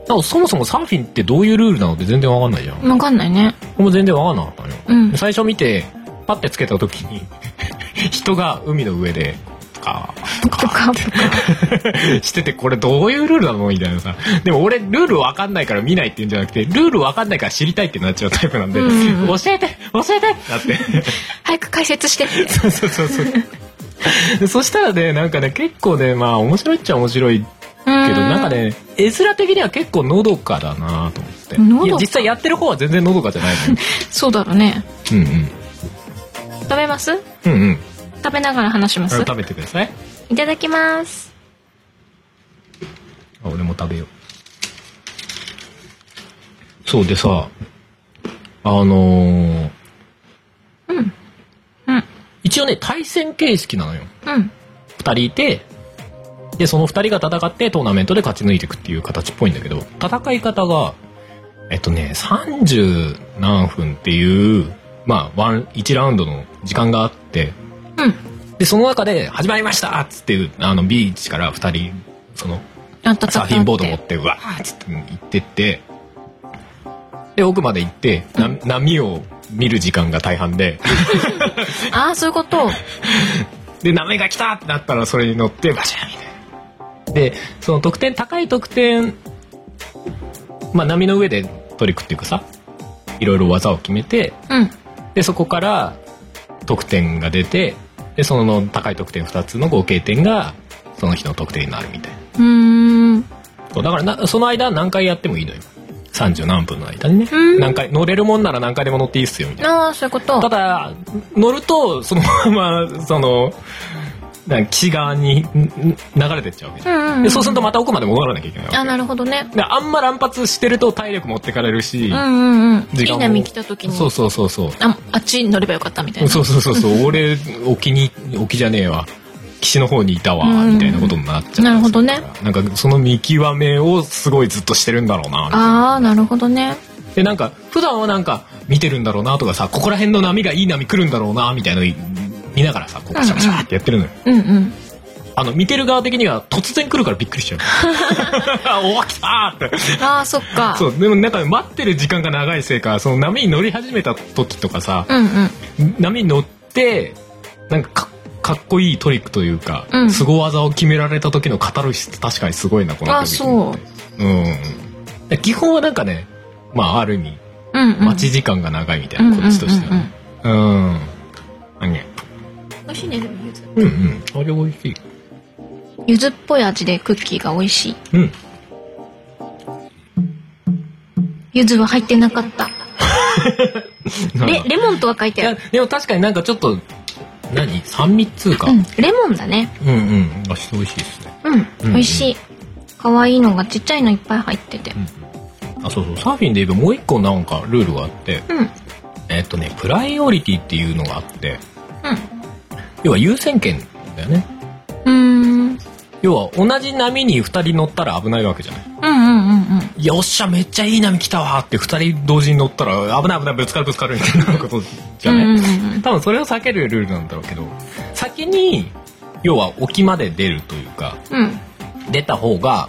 S2: でもそもそもサーフィンってどういうルールなのって全然わかんないじゃん、こ
S3: 分かんないね
S2: れも全然わかんなかったのよ、
S3: うん
S2: 最初見てパッてつけた時に <laughs> 人が海の上でとかと
S3: と
S2: か
S3: かとか
S2: <laughs> しててこれどういうルールなのみたいなさでも俺ルールわかんないから見ないっていうんじゃなくてルールわかんないから知りたいってなっちゃうタイプなんで、
S3: うんうんうん
S2: <laughs> 教えて教えてってなって <laughs>
S3: 早く解説してって
S2: そうそうそうそう。でそしたらねなんかね結構ねまあ面白いっちゃ面白いけ
S3: うーん
S2: どなんかね絵面的には結構のどかだなと思って
S3: のどか
S2: いや実際やってる方は全然のどかじゃない
S3: <laughs>
S2: のよ
S3: そうだろうね
S2: うん
S3: 食べます
S2: うんうんうん
S3: 食べながら話します
S2: 食べてください
S3: いただきます
S2: あ俺も食べようそうでさあのー
S3: うん
S2: 一応ね対戦形式なのよ
S3: うん
S2: 2人いてでその2人が戦ってトーナメントで勝ち抜いていくっていう形っぽいんだけど戦い方がえっとね30何分っていうまあワン1ラウンドの時間があって
S3: うん
S2: でその中で「始まりました!」っつってあのビーチから2人その
S3: あった
S2: サーフィンボード持ってうわーっつって行ってってで奥まで行ってな波を見る時間が大半で。
S3: ああそういうこと
S2: で、波が来たってなったらそれに乗ってバシャンみたいな。で、その得点、高い得点、まあ波の上でトリックっていうかさ、いろいろ技を決めて、
S3: うん
S2: で、そこから得点が出て、で、その高い得点2つの合計点が、その日の得点になるみたいな。
S3: うーんうん
S2: そうだからな、その間何回やってもいいのよ。30何分の間にね。
S3: うん
S2: 何回、乗れるもんなら何回でも乗っていいっすよ、みたいな。
S3: ああそういうこ
S2: た
S3: と
S2: だ乗るとその <laughs> ままそのなんか岸側にんん流れてっちゃうわけじ
S3: う
S2: ゃん、
S3: んうん
S2: でそうするとまた奥まで戻らなきゃいけないわけ
S3: あなるほどね
S2: であんま乱発してると体力持ってかれるし、
S3: うんうんうんい
S2: 時間
S3: い
S2: も
S3: 波来た時に
S2: そうそうそうそう
S3: ああっちに乗ればよかったみたいな
S2: そうそうそうそう俺沖に沖じゃねえわ岸の方にいたわ、
S3: うん
S2: みたいなことになっちゃう
S3: なるほどね
S2: なんかその見極めをすごいずっとしてるんだろうなみたいな
S3: ああなるほどね
S2: でなんか普段はなんか見てるんだろうなとかさここら辺の波がいい波来るんだろうなみたいなのい見ながらさこうガシャガシャってやってるのよ、
S3: うんうん
S2: あの見てる側的には突然来るからびっくりしちゃう
S3: <laughs>
S2: おわ来たーって
S3: ああそっ
S2: <laughs>
S3: か
S2: そうでもなんか待ってる時間が長いせいかその波に乗り始めた時とかさ、
S3: うんうん
S2: 波に乗ってなんかかかっこいいトリックというか、
S3: うん
S2: すご技を決められた時のカタルシスって確かにすごいなこの
S3: あそう
S2: ううんで基本はなんかねまあある意味
S3: うんうん
S2: 待ち時間が長いみた
S3: う
S2: い
S3: ん
S2: な、
S3: うんうん
S2: こっちとしてはね
S3: 美
S2: うんあね
S3: 味しいねでも柚
S2: う
S3: 子
S2: んうんあれ美味しい
S3: 柚子っぽい味でクッキーが美味しい
S2: うん
S3: 柚子は入ってなかったレレモンとは書い
S2: い
S3: てあ
S2: や
S3: る
S2: でも確かになんかちょっと何酸味っつうか、
S3: うんレモンだね
S2: うんうんあ美味しいですね
S3: うん
S2: うん
S3: 美味しい可愛いのがちっちゃいのいっぱい入ってて
S2: あそうそうサーフィンで言えばもう一個なんかルールがあって
S3: うんうん
S2: えっとねプライオリティっていうのがあって要は優先権だよね
S3: うーん
S2: 要は同じ波に2人乗ったら危ないわけじゃない
S3: うんうんうんうん
S2: よっしゃめっちゃいい波来たわーって2人同時に乗ったら危ない危ないぶつかるぶつかるみたいなことじゃない、
S3: うんうんうん
S2: 多分それを避けるルールなんだろうけど先に要は沖まで出るというか
S3: うん
S2: 出た方が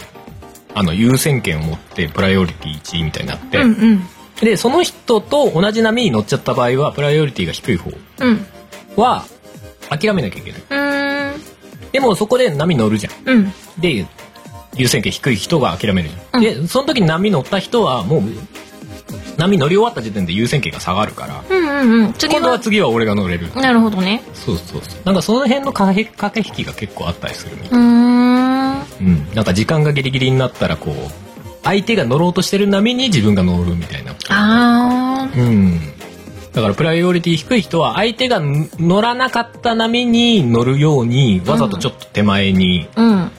S2: あの優先権を持ってプライオリティ1位みたいになって、
S3: うんうん
S2: でその人と同じ波に乗っちゃった場合はプライオリティが低い方
S3: うん
S2: は諦めなきゃいけないう
S3: ーん
S2: でもそこで波乗るじゃん
S3: うん
S2: で優先権低い人が諦めるじゃん、
S3: う
S2: でその時に波乗った人はもう波乗り終わった時点で優先権が下がるから
S3: うんうんうん次
S2: 今度は
S3: は
S2: 次は俺が乗れる
S3: なるほどね
S2: そうそうそうなんかその辺の駆け駆け引きが結構あったりするみたいう
S3: ーん
S2: うん、なんか時間がギリギリになったらこう相手が乗ろうとしてる波に自分が乗るみたいな
S3: あー
S2: うんだからプライオリティ低い人は相手が乗らなかった波に乗るようにわざとちょっと手前に、
S3: うん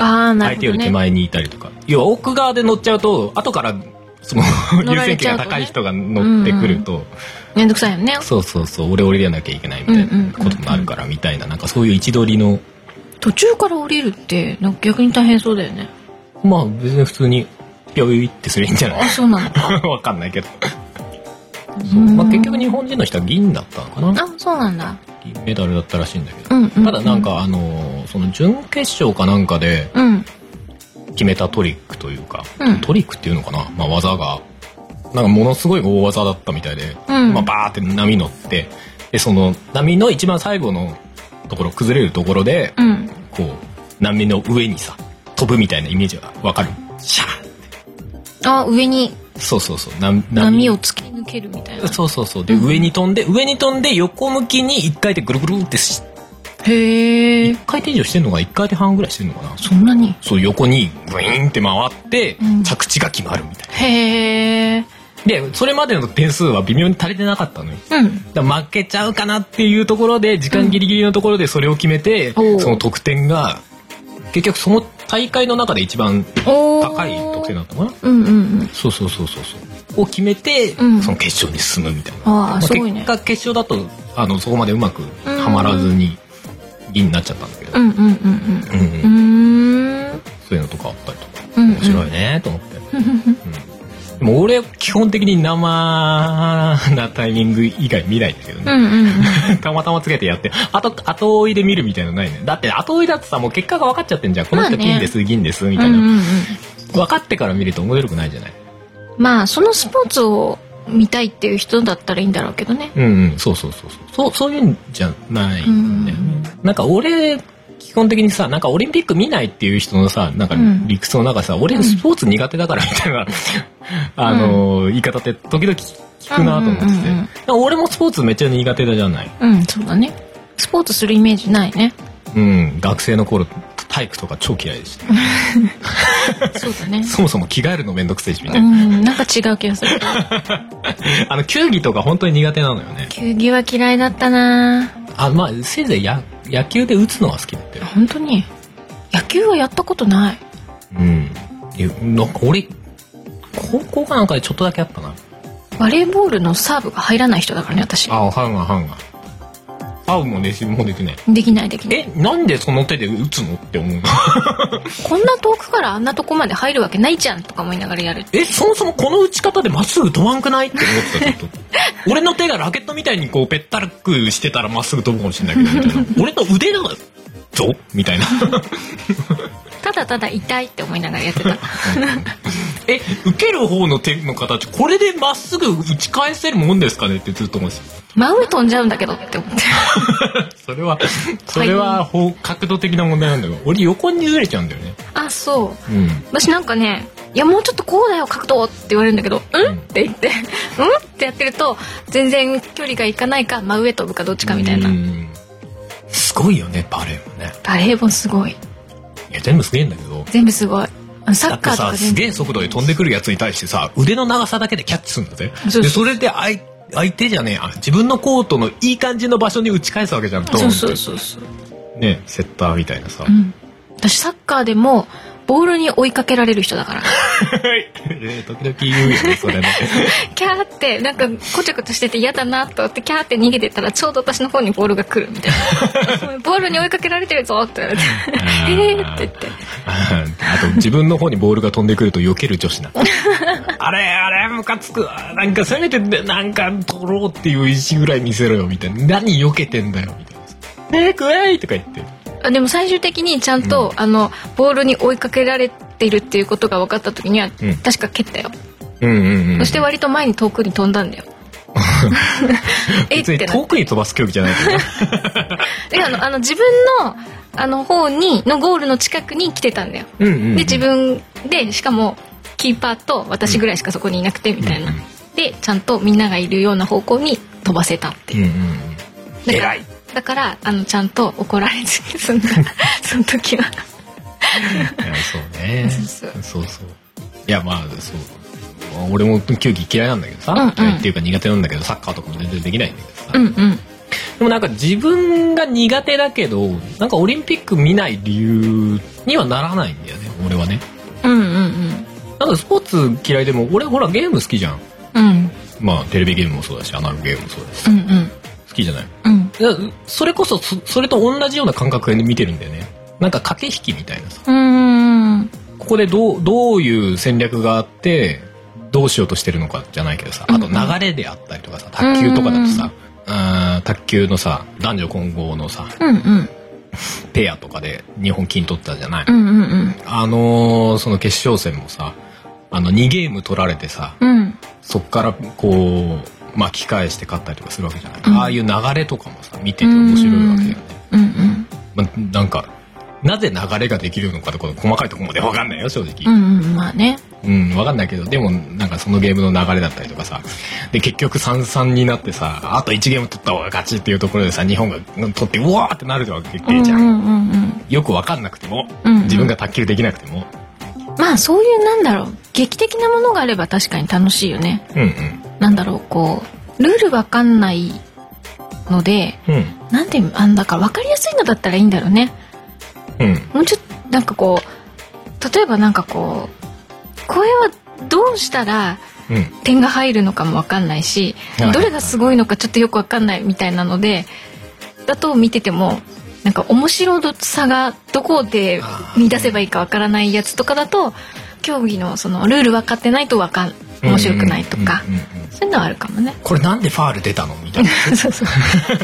S3: あーな
S2: 相
S3: るほ
S2: 手より
S3: ど
S2: 手
S3: ね
S2: 前にいたりとか、要は奥側で乗っちゃうと後からその
S3: <laughs> 乗
S2: 優
S3: られ
S2: 先
S3: ちゃ
S2: 権
S3: う
S2: が
S3: とね
S2: 高い人が乗ってくると、
S3: めんどくさいよね
S2: そうそうそう俺俺でなきゃいけないみたいなこともあるからみたいななんかそういう位置取りの
S3: 途中から降りるってなんか逆に大変そうだよね
S2: まあ別に普通にピョイってすりゃいいんじゃな
S3: <laughs> あ
S2: い
S3: そうなのか
S2: わかんないけどそう、まあ、結局日本人の人は銀だったのかな
S3: あそうなんだ
S2: 銀メダルだったらしいんだけど
S3: う、んうん、うん、
S2: ただなんかあのその準決勝かなんかで
S3: うん
S2: 決めたトリックというか、
S3: うん
S2: トリックっていうのかな、まあ、技がなんかものすごい大技だったみたいで、
S3: うん
S2: まあ、バーって波乗ってでその波の一番最後のところ崩れるところで、
S3: うん
S2: こう波の上にさ飛ぶみたいなイメージはわかるシャー
S3: あ上に
S2: そうそうそうな波
S3: 波を突き抜けるみたいな
S2: そうそうそうで、上に飛んで上に飛んで横向きに1回でぐるぐるってし
S3: へえ
S2: 1回転以上してんのかな1回転半ぐらいしてんのかな
S3: そんなに
S2: そう横にグイーンって回って、
S3: うん
S2: 着地が決まるみたいな
S3: へえ
S2: でそれまでの点数は微妙に足りてなかったのよ
S3: うん
S2: だから負けちゃうかなっていうところで時間ギリギリのところでそれを決めて、
S3: おう
S2: その得点が結局その大会の中で一番
S3: おー
S2: 高い得点だったかな
S3: うんうんうん
S2: そうそうそうそうそうを決めて、
S3: うん
S2: その決勝に進むみたいな
S3: あー
S2: まあ
S3: すごいね
S2: 結果決勝だとあのそこまでうまくはまらずに銀になっちゃったんだけど、
S3: うんうんうん
S2: うんうん
S3: うんうーん
S2: そういうのとかあったりとか
S3: うんうん
S2: 面白いねと思って、
S3: ふんふんふん
S2: でも俺基本的に生なタイミング以外見ないんだけど
S3: う
S2: ね、
S3: んうんう
S2: <laughs>
S3: ん
S2: たまたまつけてやってあと後追いで見るみたいなのないねだって後追いだとさもう結果が分かっちゃってんじゃんこの
S3: ま
S2: 人
S3: あね
S2: 金です、銀ですみ
S3: う
S2: たい
S3: ん
S2: な、
S3: うんうん
S2: 分かってから見ると面白くないじゃない
S3: まあそのスポーツを見たいっていう人だったらいいんだろうけどね
S2: うんうんそうそうそうそうそうそういうんじゃないんだよね、なんか俺基本的にさなんかオリンピック見ないっていう人のさなんか
S3: うん
S2: 理屈の中さ、俺スポーツ苦手だからみたいな、 <laughs> あのー言い方って時々聞くなと思ってて、
S3: うんうんうんうん
S2: 俺もスポーツめっちゃ苦手だじゃない、
S3: うんそうだねスポーツするイメージない <laughs> ね
S2: うん、学生の頃体育とか超嫌いでした
S3: そうだね
S2: そもそも着替えるのめんどくせえしみた
S3: う
S2: いな、
S3: んなんか違う気がする
S2: あの球技とか本当に苦手なのよね
S3: 球技は嫌いだったな
S2: あまあせいぜいや野球で打つのは好きだったよ
S3: 本当に野球はやったことない
S2: うん。いやなんか俺、高校かなんかでちょっとだけあったな。
S3: バレーボールのサーブが入らない人だからね私
S2: あ、ハンガーハンガー。アウもレシーブもできない。
S3: できないできない
S2: え、なんでその手で打つのって思うの
S3: こんな遠くからあんなとこまで入るわけないじゃんとか思いながらやる
S2: え、そもそもこの打ち方でまっすぐ飛ばんくないって思ってた、ちょっ <laughs> と。俺の手がラケットみたいにこう、ぺったらくしてたらまっすぐ飛ぶかもしれないけど、みたい <laughs> な。俺の腕だぞみたいな。
S3: ただただ痛いって思いながらやってた
S2: <laughs> え、受ける方の手の形、これでまっすぐ打ち返せるもんですかねってずっと思ってた。
S3: 真上飛んじゃうんだけどって思って
S2: それは、それは、ほう角度的な問題なんだけど、俺横にずれちゃうんだよね。
S3: <laughs> あそう
S2: うん。
S3: 私なんかね「いやもうちょっとこうだよ角度」って言われるんだけど「うん?」って言って <laughs> 「うん?」ってやってると全然距離がいかないか真上飛ぶかどっちかみたいな
S2: うんすごいよね、バレーもね。
S3: バレーボールすごい
S2: いや、全部すげえんだけど。
S3: 全部すごいあのサ
S2: だ
S3: ッ
S2: って
S3: カーと
S2: さ、
S3: か
S2: す
S3: 全
S2: げ
S3: 部
S2: え速度で飛んでくるやつに対してさ、腕の長さだけでキャッチするんだぜ。
S3: そうそう
S2: で、それで相、相手じゃねえや、自分のコートのいい感じの場所に打ち返すわけじゃん、ドーン
S3: そう
S2: って
S3: そうそうそう
S2: ね、セッターみたいなさ。
S3: うん私サッカーでもボールに追いかけられる人だから
S2: <laughs> えー時々言うよね、それね。
S3: キャーってなんかこちゃこちゃしてて嫌だなと思ってキャーって逃げてたらちょうど私の方にボールが来るみた
S2: <laughs>
S3: いなボールに追いかけられてるぞって言われて
S2: あー
S3: えーって言って
S2: ああと自分の方にボールが飛んでくると避ける女子 <laughs> なあれあれムカつくわなんかせめてなんか取ろうっていう意思ぐらい見せろよみたいな何避けてんだよみたいな「えー、怖い!」とか言って
S3: あでも最終的にちゃんと、あのボールに追いかけられてるっていうことが分かった時には、
S2: うん
S3: 確か蹴ったよ、
S2: うんうん、うん、
S3: そして割と前に遠くに飛んだん
S2: <laughs>
S3: だよ <laughs> えっ
S2: 別に
S3: てなっ
S2: 遠くに飛ばす競技じゃないけど
S3: てあのあの自分のあの方にのゴールの近くに来てたんだよ、
S2: <laughs> うんうん、うん、
S3: で自分でしかもキーパーと私ぐらいしかそこにいなくてみたいな、
S2: うんうん
S3: でちゃんとみんながいるような方向に飛ばせたって
S2: う
S3: い
S2: ん
S3: う、
S2: うんうん
S3: だから
S2: 偉い
S3: だからあのちゃんと怒られずに済んだその時は
S2: いやそうね
S3: そう
S2: そうそういやまあそう俺も球技嫌いなんだけどさ、
S3: うんうん
S2: 嫌いっていうか苦手なんだけどサッカーとかも全然できないんだけどさ、
S3: うんうん
S2: でもなんか自分が苦手だけどなんかオリンピック見ない理由にはならないんだよね俺はね
S3: うんうんうん
S2: なんかスポーツ嫌いでも俺ほらゲーム好きじゃん
S3: うん
S2: まあテレビゲームもそうだしアナログゲームもそうだし
S3: うんうん
S2: 好きじゃない
S3: うん
S2: だからそれこそそそれと同じような感覚で見てるんだよねなんか駆け引きみたいなさ
S3: うーん
S2: ここでどうどういう戦略があってどうしようとしてるのかじゃないけどさあと
S3: う
S2: 流
S3: んうん
S2: れであったりとかさ卓球とかだとさ、うん卓球のさ男女混合のさ
S3: うんうん
S2: ペアとかで日本金取ったじゃない、
S3: うんうんうん
S2: あのーその決勝戦もさあの2ゲーム取られてさ
S3: うん
S2: そっからこう巻き返して勝ったりとかするわけじゃない、
S3: うん
S2: ああいう流れとかもさ見てて面白いわけよね、
S3: うんうん
S2: まあ、なんかなぜ流れができるのかとか細かいところまで分かんないよ正直、
S3: うんうんまあね
S2: うん、わかんないけど、でもなんかそのゲームの流れだったりとかさ、で、結局3-3になってさ、あと1ゲーム取った方が勝ちっていうところでさ、日本がうん取って、うわーってなるわけじゃん。
S3: うんうんうん
S2: よくわかんなくても、
S3: うんうん
S2: 自分が卓球できなくても、
S3: まあそういうなんだろう劇的なものがあれば確かに楽しいよね
S2: うん
S3: なんだろうこうルールわかんないので
S2: うん、うん、
S3: なんていうあんだから分かりやすいのだったらいいんだろうね
S2: うん、
S3: もうちょっとなんかこう例えばなんかこうこれはどうしたら
S2: うん、
S3: 点が入るのかも分かんないし
S2: はい
S3: どれがすごいのかちょっとよく分かんないみたいなのでだと見ててもなんか面白さがどこで見出せばいいか分からないやつとかだと競技のそのルール分かってないと分かん面白くないとか
S2: うんうんうんうん
S3: そういうのはあるかもね。
S2: これなんでファール出たのみたいな。
S3: そうそう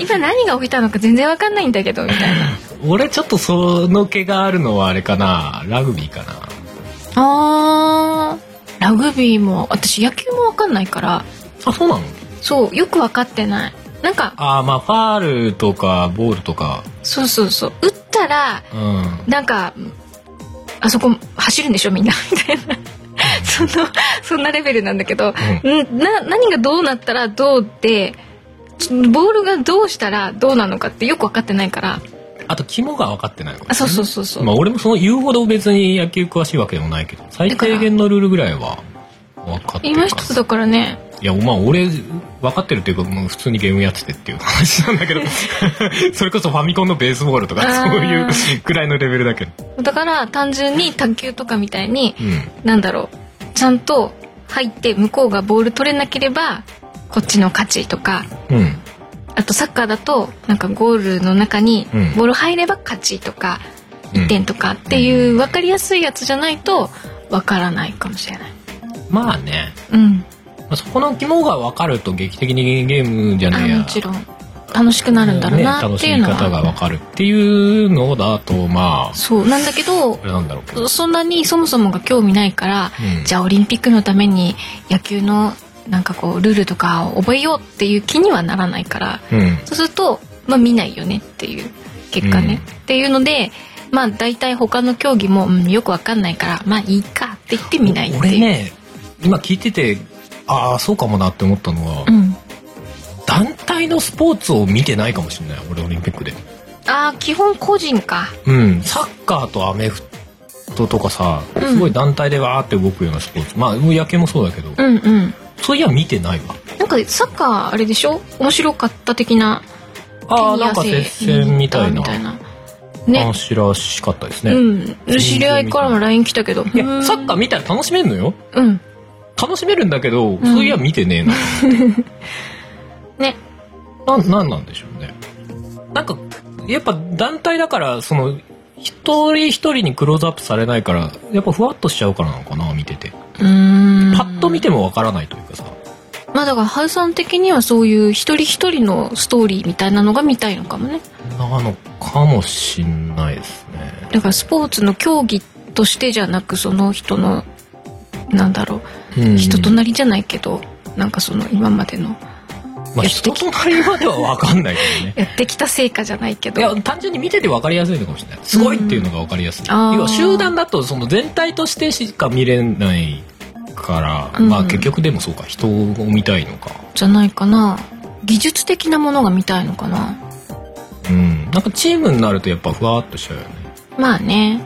S3: 今何が起きたのか全然分かんないんだけどみたいな。
S2: <laughs> 俺ちょっとその毛があるのはあれかな、ラグビーかな。
S3: あーラグビーも私野球も分かんないから
S2: あ、そうなの
S3: そうよく分かってないなんか
S2: あーまあファールとかボールとか、
S3: そうそうそう打ったら
S2: うん。
S3: なんかあそこ走るんでしょみんな <laughs> みたいなそのそんなレベルなんだけど、ん、な何がどうなったらどうでちょボールがどうしたらどうなのかってよく分かってないから
S2: あと肝が分かってないから、
S3: あそうそうそうそう、
S2: まあ俺もその言うほど別に野球詳しいわけでもないけど最低限のルールぐらいは分かってる
S3: 今
S2: か
S3: 一つだからね
S2: いやまあ俺分かってるっていうかもう普通にゲームやっててっていう話なんだけどそれこそファミコンのベースボールとか
S3: あー
S2: そういうぐらいのレベルだけど
S3: だから単純に卓球とかみたいに
S2: うん
S3: なんだろうちゃんと入って向こうがボール取れなければこっちの勝ちとか
S2: うん
S3: あとサッカーだとなんかゴールの中に
S2: うん
S3: ボール入れば勝ちとか
S2: うん
S3: 1点とかっていう分かりやすいやつじゃないと分からないかもしれない。
S2: まあね
S3: うん、
S2: まあそこの肝が分かると劇的にゲームじゃ
S3: あ
S2: ねえや
S3: もちろん楽しくなるんだろうなっていう
S2: ね
S3: の
S2: 楽しみ方が
S3: は、
S2: 分かるっていうのだとまあ
S3: そうなんだけど
S2: あれなんだろうけど
S3: そんなにそもそもが興味ないから、
S2: うん
S3: じゃあオリンピックのために野球のなんかこうルールとかを覚えようっていう気にはならないから
S2: うん
S3: そうすると、まあ、見ないよねっていう結果ね、っていうのでまあ大体他の競技も、うんよくわかんないからまあいいかって言って見ないっていう。
S2: 俺ね今聞いててああそうかもなって思ったのは、
S3: うん、
S2: 団体のスポーツを見てないかもしれない俺オリンピックで
S3: あー基本個人か。
S2: うんサッカーとアメフトとかさ
S3: うん
S2: すごい団体でわーって動くようなスポーツ、まあ野球もそうだけど、
S3: うんうん。
S2: そういや見てないわ
S3: なんかサッカーあれでしょ面白かった的な
S2: ああ
S3: 手に
S2: なんか
S3: 汗
S2: 接戦みたいな
S3: みたいな。ね。
S2: 話らしかったですね、
S3: うん。知り合いからも LINE 来たけど。
S2: いやサッカー見たら楽しめるのよ
S3: ーうん。
S2: 楽しめるんだけど、そういや見てねえな
S3: ね。
S2: なんなんなんでしょうねなんかやっぱ団体だからその一人一人にクローズアップされないからやっぱふわっとしちゃうからなのかな見てて
S3: うーん。
S2: パッと見てもわからないというかさ
S3: まあだから、ハウさん的にはそういう一人一人のストーリーみたいなのが見たいのかもね。
S2: なのかもしんないですね
S3: だからスポーツの競技としてじゃなく、その人の、なんだろ
S2: うん
S3: う、人となりじゃないけど、なんかその今までの、
S2: まあ人となりまではわかんないけどね
S3: やってきた成果じゃないけ
S2: い
S3: ど。
S2: や単純に見てて分かりやすいのかもしれないすごいっていうのが分かりやすい、
S3: うんあー
S2: 要は集団だとその全体としてしか見れないから、
S3: うん
S2: まあ結局でもそうか人を見たいのか
S3: じゃないかな技術的なものが見たいのかな
S2: うんなんかチームになるとやっぱふわっとしちゃうよね
S3: まあね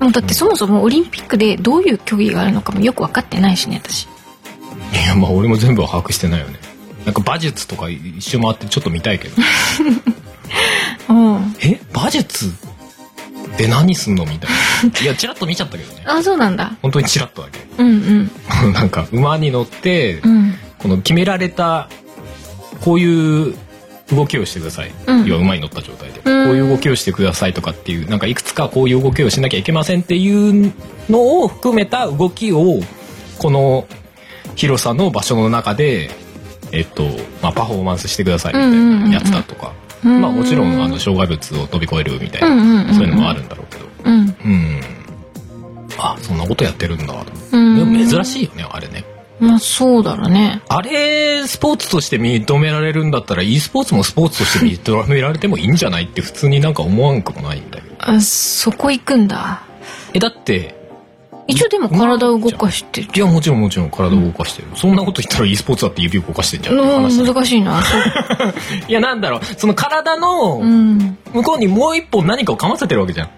S3: もうだってそもそもオリンピックでどういう競技があるのかもよく分かってないしね私
S2: いやまあ俺も全部は把握してないよねなんか馬術とか一周回ってちょっと見たい
S3: <laughs>
S2: けど
S3: うん
S2: え馬術で何すんのみたいないやチラッと見ちゃったけどね
S3: あそうなんだ
S2: 本当にチラッとだけ <laughs>
S3: うん
S2: なんか馬に乗って、
S3: うん
S2: この決められたこういう動きをしてください、
S3: うん
S2: 要は馬に乗った状態で、
S3: うん
S2: こういう動きをしてくださいとかっていうなんかいくつかこういう動きをしなきゃいけませんっていうのを含めた動きをこの広さの場所の中で、えっとまあ、パフォーマンスしてくださいみたいなやつだとか、
S3: うん
S2: まあ、もちろんあの障害物を飛び越えるみたいな、
S3: うんうんうんうん
S2: そういうのもあるんだろうけど。
S3: う
S2: う
S3: ん
S2: んあそんなことやってるんだと思って
S3: うん
S2: でも珍
S3: い
S2: しいよねあれね
S3: まあそうだろうね
S2: あれスポーツとして認められるんだったら e スポーツもスポーツとして認められてもいいんじゃないって普通になんか思わんくもないんだけど
S3: あそこ行くんだ
S2: えだって
S3: 一応でも体を動かして
S2: い
S3: る
S2: やもちろんもちろん体を動かしてる、そんなこと言ったら e スポーツだって指動かしてんじゃんって
S3: うん
S2: 話だよ
S3: 難し
S2: <laughs>
S3: いなそう
S2: いやなんだろうその体
S3: う
S2: の
S3: ん
S2: 向こうにもう一本何かをかませてるわけじゃん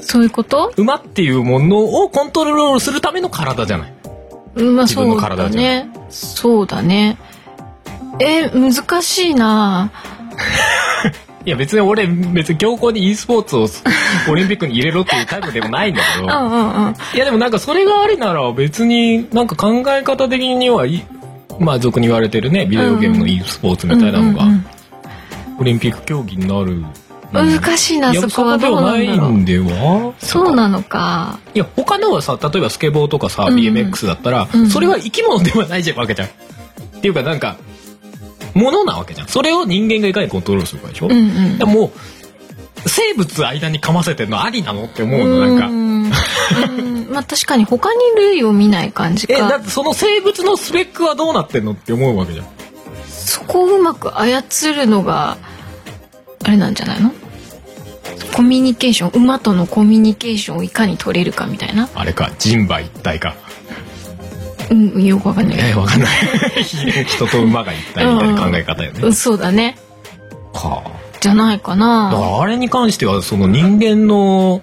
S3: そういうこと
S2: 馬っていうものをコントロールするための体じゃない
S3: うんまあ
S2: 自分
S3: そ
S2: の
S3: うだ
S2: 体じゃ
S3: ねそうだねえ難しいない
S2: や別に俺別に強行に e スポーツを <laughs> オリンピックに入れろっていうタイプでもないんだけど
S3: <laughs> うんうんうん
S2: いやでもなんかそれがありなら別になんか考え方的にはいいまあ俗に言われてるねビデオゲームの e スポーツみたいなのが
S3: うんうん
S2: オリンピック競技になる
S3: うん難しいなそこはどうなんだ
S2: やることでは
S3: ろ
S2: な
S3: う
S2: いんでは
S3: そう
S2: なんか
S3: なのか
S2: いや他のはさ例えばスケボーとかさ
S3: うん
S2: BMX だったら、
S3: うん
S2: それは生き物ではないじゃんわけじゃん。っていうかなんか物なわけじゃんそれを人間がいかにコントロールするかでしょ、
S3: うんうん
S2: でももう生物間にかませてるのありなのって思うのなんか。
S3: うんうんまあ確かに他に類を見ない感じ
S2: えだっ
S3: か
S2: てその生物のスペックはどうなってんのって思うわけじゃん
S3: そこをうまく操るのがあれなんじゃないのコミュニケーション馬とのコミュニケーションをいかに取れるかみたいな
S2: あれか人馬一体か
S3: うんよくわかんない
S2: えー、わかんない
S3: <laughs>
S2: 人と馬が一体みたいな考え方よね、
S3: うんそうだね
S2: は
S3: じゃないか
S2: あだか
S3: な
S2: らあれに関してはその人間の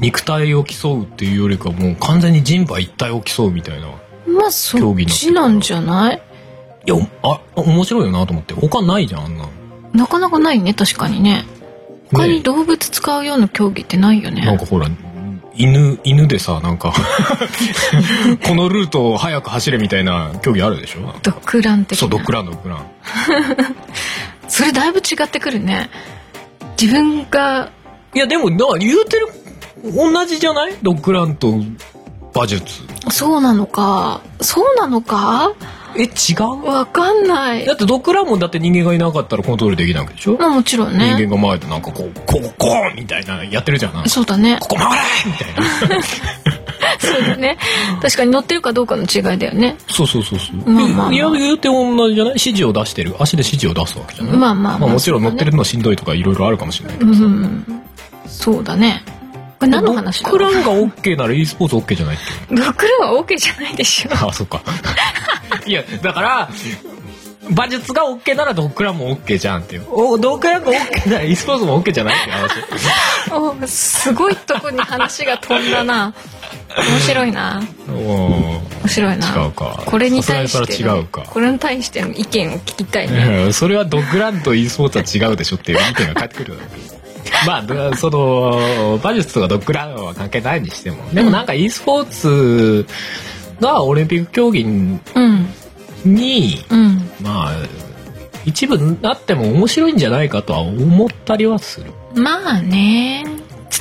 S2: 肉体を競うっていうよりかもう完全に人馬一体を競うみたいな
S3: まあそっちなんじゃない
S2: いやあ面白いよなと思って他ないじゃんあんな
S3: なかなかないね確かにね他に動物使うような競技ってないよね
S2: なんかほら犬犬でさなんか
S3: <laughs>
S2: このルートを早く走れみたいな競技あるでしょ
S3: ドッグラン的な
S2: そうドッグランドッグラン
S3: それだいぶ違ってくるね自分が
S2: いやでもだから言うてる同じじゃないドッグランと馬術
S3: そうなのかそうなのか
S2: え違う
S3: わかんない
S2: だってドッグランもだって人間がいなかったらコントロールできないわけでしょ、
S3: まあもちろん
S2: 人
S3: ね
S2: 間が前でなんかこうこうこうみたいなやってるじゃんなんか
S3: そうだね
S2: ここ回れみたいな
S3: <laughs> そうだね確かに乗ってるかどうかの違いだよね
S2: そうそうそうそう、
S3: まあまあまあ
S2: いや言うて同じじゃない指示を出してる足で指示を出すわけじゃない
S3: まあまあまあ
S2: もちろん
S3: そ
S2: 乗
S3: うだね
S2: ってるのしんどいとかいろいろあるかもしれないけ
S3: う
S2: ど、
S3: んそうだねこれ何の話だ
S2: ドッグ
S3: ろう
S2: ランが OK なら e スポーツ OK じゃないっていう
S3: ドッグランは OK じゃないでしょ
S2: あそっか。 <laughs> いや、だから、馬術が OK ならドッグランも OK じゃんっていう。おドッグランが OK なら e スポーツも OK じゃないっていう話。
S3: おすごいとこに話が飛んだな面白いな
S2: お
S3: 面白いな
S2: 違うか
S3: これに対
S2: さ
S3: して
S2: すがにそれは違うか
S3: これに対しての意見を聞きたいね
S2: ーそれはドッグランと e スポーツは違うでしょっていう意見が返ってくるだろうけど。まあど、その、馬術とかドッグランは関係ないにしても。でもなんか e スポーツがオリンピック競技
S3: うん
S2: に、
S3: うん
S2: まあ、一部なっても面白いんじゃないかとは思ったりはする。
S3: まあね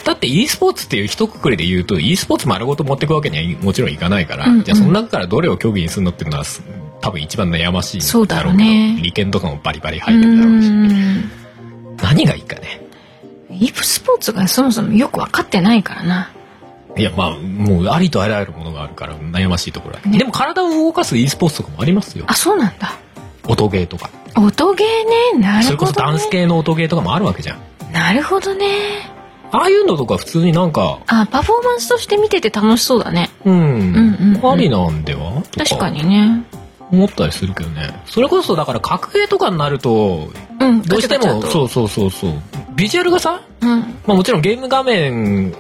S2: だって e スポーツっていう一括りで言うと e スポーツ丸ごと持っていくわけにはもちろんいかないから、
S3: うんうん
S2: じゃあその中からどれを競技にするのっていうのはす多分一番悩ましいん
S3: そうだ
S2: だ
S3: ろ
S2: ろ
S3: う
S2: う
S3: ね
S2: ね利権とかもバリバリ
S3: う
S2: 入ってるだろうし
S3: ん
S2: 何がいいかね
S3: e スポーツがそもそもよく分かってないからない
S2: やまあもうありとあらゆるものがあるから悩ましいところだけど、
S3: ね
S2: でも体を動かす e スポーツとかもありますよ
S3: あそうなんだ
S2: 音ゲーとか、
S3: 音ゲーねな
S2: そ
S3: る
S2: れこ
S3: ほ
S2: そダ
S3: ど
S2: ンス
S3: ね
S2: 系の音ゲーとかもあるわけじゃん
S3: なるほどね
S2: ああいうのとか普通になんか
S3: あパフォーマンスとして見てて楽しそうだね
S2: うん
S3: うんうんうん
S2: ありなんではと
S3: 確かにね
S2: 思ったりするけどねそれこそだから格ゲーとかになると
S3: うん
S2: どうしても
S3: う
S2: そうそうそうそうビジュアルがさ、
S3: うん
S2: まあ、もちろんゲーム画面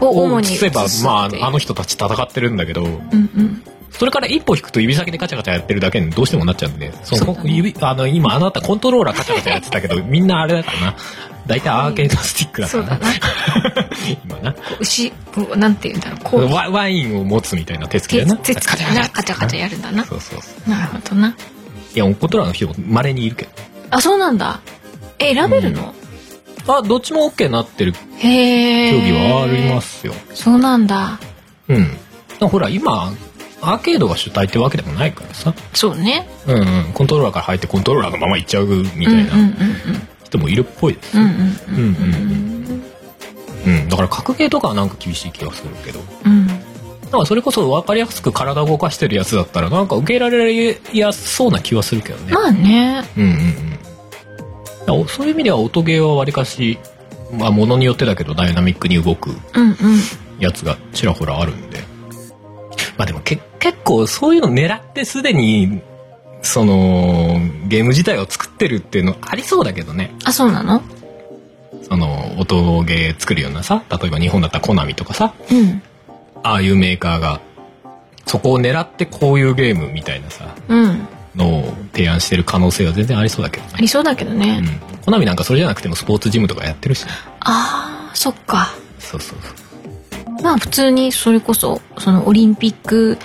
S3: を
S2: を
S3: 主
S2: 映
S3: に
S2: せば
S3: 映す
S2: ま
S3: っていう
S2: ああの人たち戦ってるんだけど
S3: うんうん
S2: それから一歩引くと指先でガチャガチャやってるだけにどうしてもなっちゃうんでその
S3: そうだね
S2: <laughs> 指あの今あなたコントローラーガチャガチャやってたけどみんなあれだからな大体アーケードスティックだか
S3: そう
S2: ら
S3: だな
S2: 今な
S3: 牛こうなんていうんだろうこう
S2: ワワインを持つみたいな手つき
S3: 手
S2: でな
S3: 手つきでなカチャカチャやるんだな
S2: そうそうそう
S3: なるほどない
S2: やおことらの人も稀にいるけど
S3: あそうなんだえ選べるの、
S2: あどっちも OK になってる競
S3: へえ
S2: 技はありますよ、
S3: そうなんだ
S2: うんだからほら今アーケードが主体ってわけでもないからさ、
S3: そうね
S2: うんうん、コントローラーから入ってコントローラーのままいっちゃうみたい
S3: うんうん
S2: な人もいるっぽいです、
S3: うんうん
S2: うんうんうんうん、だから格ゲーとかはなんか厳しい気がするけど
S3: うんうん
S2: なんかそれこそ分かりやすく体動かしてるやつだったらなんか受け入れられやすそうな気はするけどね、
S3: まあね
S2: うんうんうんだからおそういう意味では音ゲーはわりかしまあものによってだけどダイナミックに動く
S3: うんうん
S2: やつがちらほらあるんでまあでもけ結構そういうの狙ってすでにそのゲーム自体を作ってるっていうのありそうだけどね
S3: あそうなの
S2: その音ゲー作るようなさ例えば日本だったらコナミとかさ
S3: うん
S2: ああいうメーカーがそこを狙ってこういうゲームみたいなさ
S3: うん
S2: のを提案してる可能性は全然ありそうだけど
S3: あ
S2: ね、
S3: りそうだけどね、
S2: うん、コナミなんかそれじゃなくてもスポーツジムとかやってるしね
S3: あーそっか
S2: そうそうそ
S3: まあ普通にそれこそそのオリンピック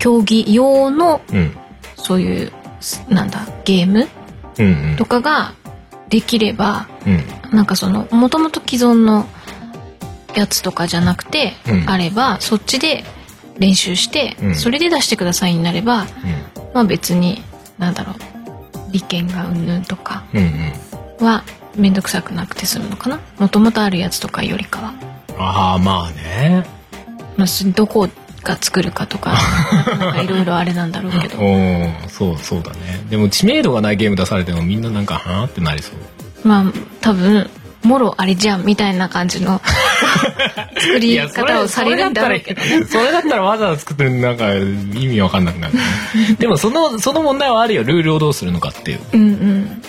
S3: 競技用の
S2: う、うん、
S3: そういうすなんだゲーム
S2: うん
S3: とかができれば
S2: うんうん
S3: なんかそのもともと既存のやつとかじゃなくて、
S2: うん
S3: あればそっちで練習して、
S2: うん
S3: それで出してくださいになれば、まあ、別になんだろう利権がうんぬんとか
S2: うんうんうん
S3: は面倒くさくなくて済むのかなもともとあるやつとかよりかは、
S2: ああまあね
S3: まあ、すどこが作るかとかなんかいろいろあれなんだろうけ
S2: <laughs>
S3: ど
S2: おおそうそうだねでも知名度がないゲーム出されてもみんななんかはあってなりそう
S3: まあ多分もろあれじゃんみたいな感じの <laughs> 作り方をされるんだろうけど
S2: それそれだったらわざわざ作ってるなんか意味わかんなくなる、 <laughs> でもそのその問題はあるよルールをどうするのかっていう
S3: うんうん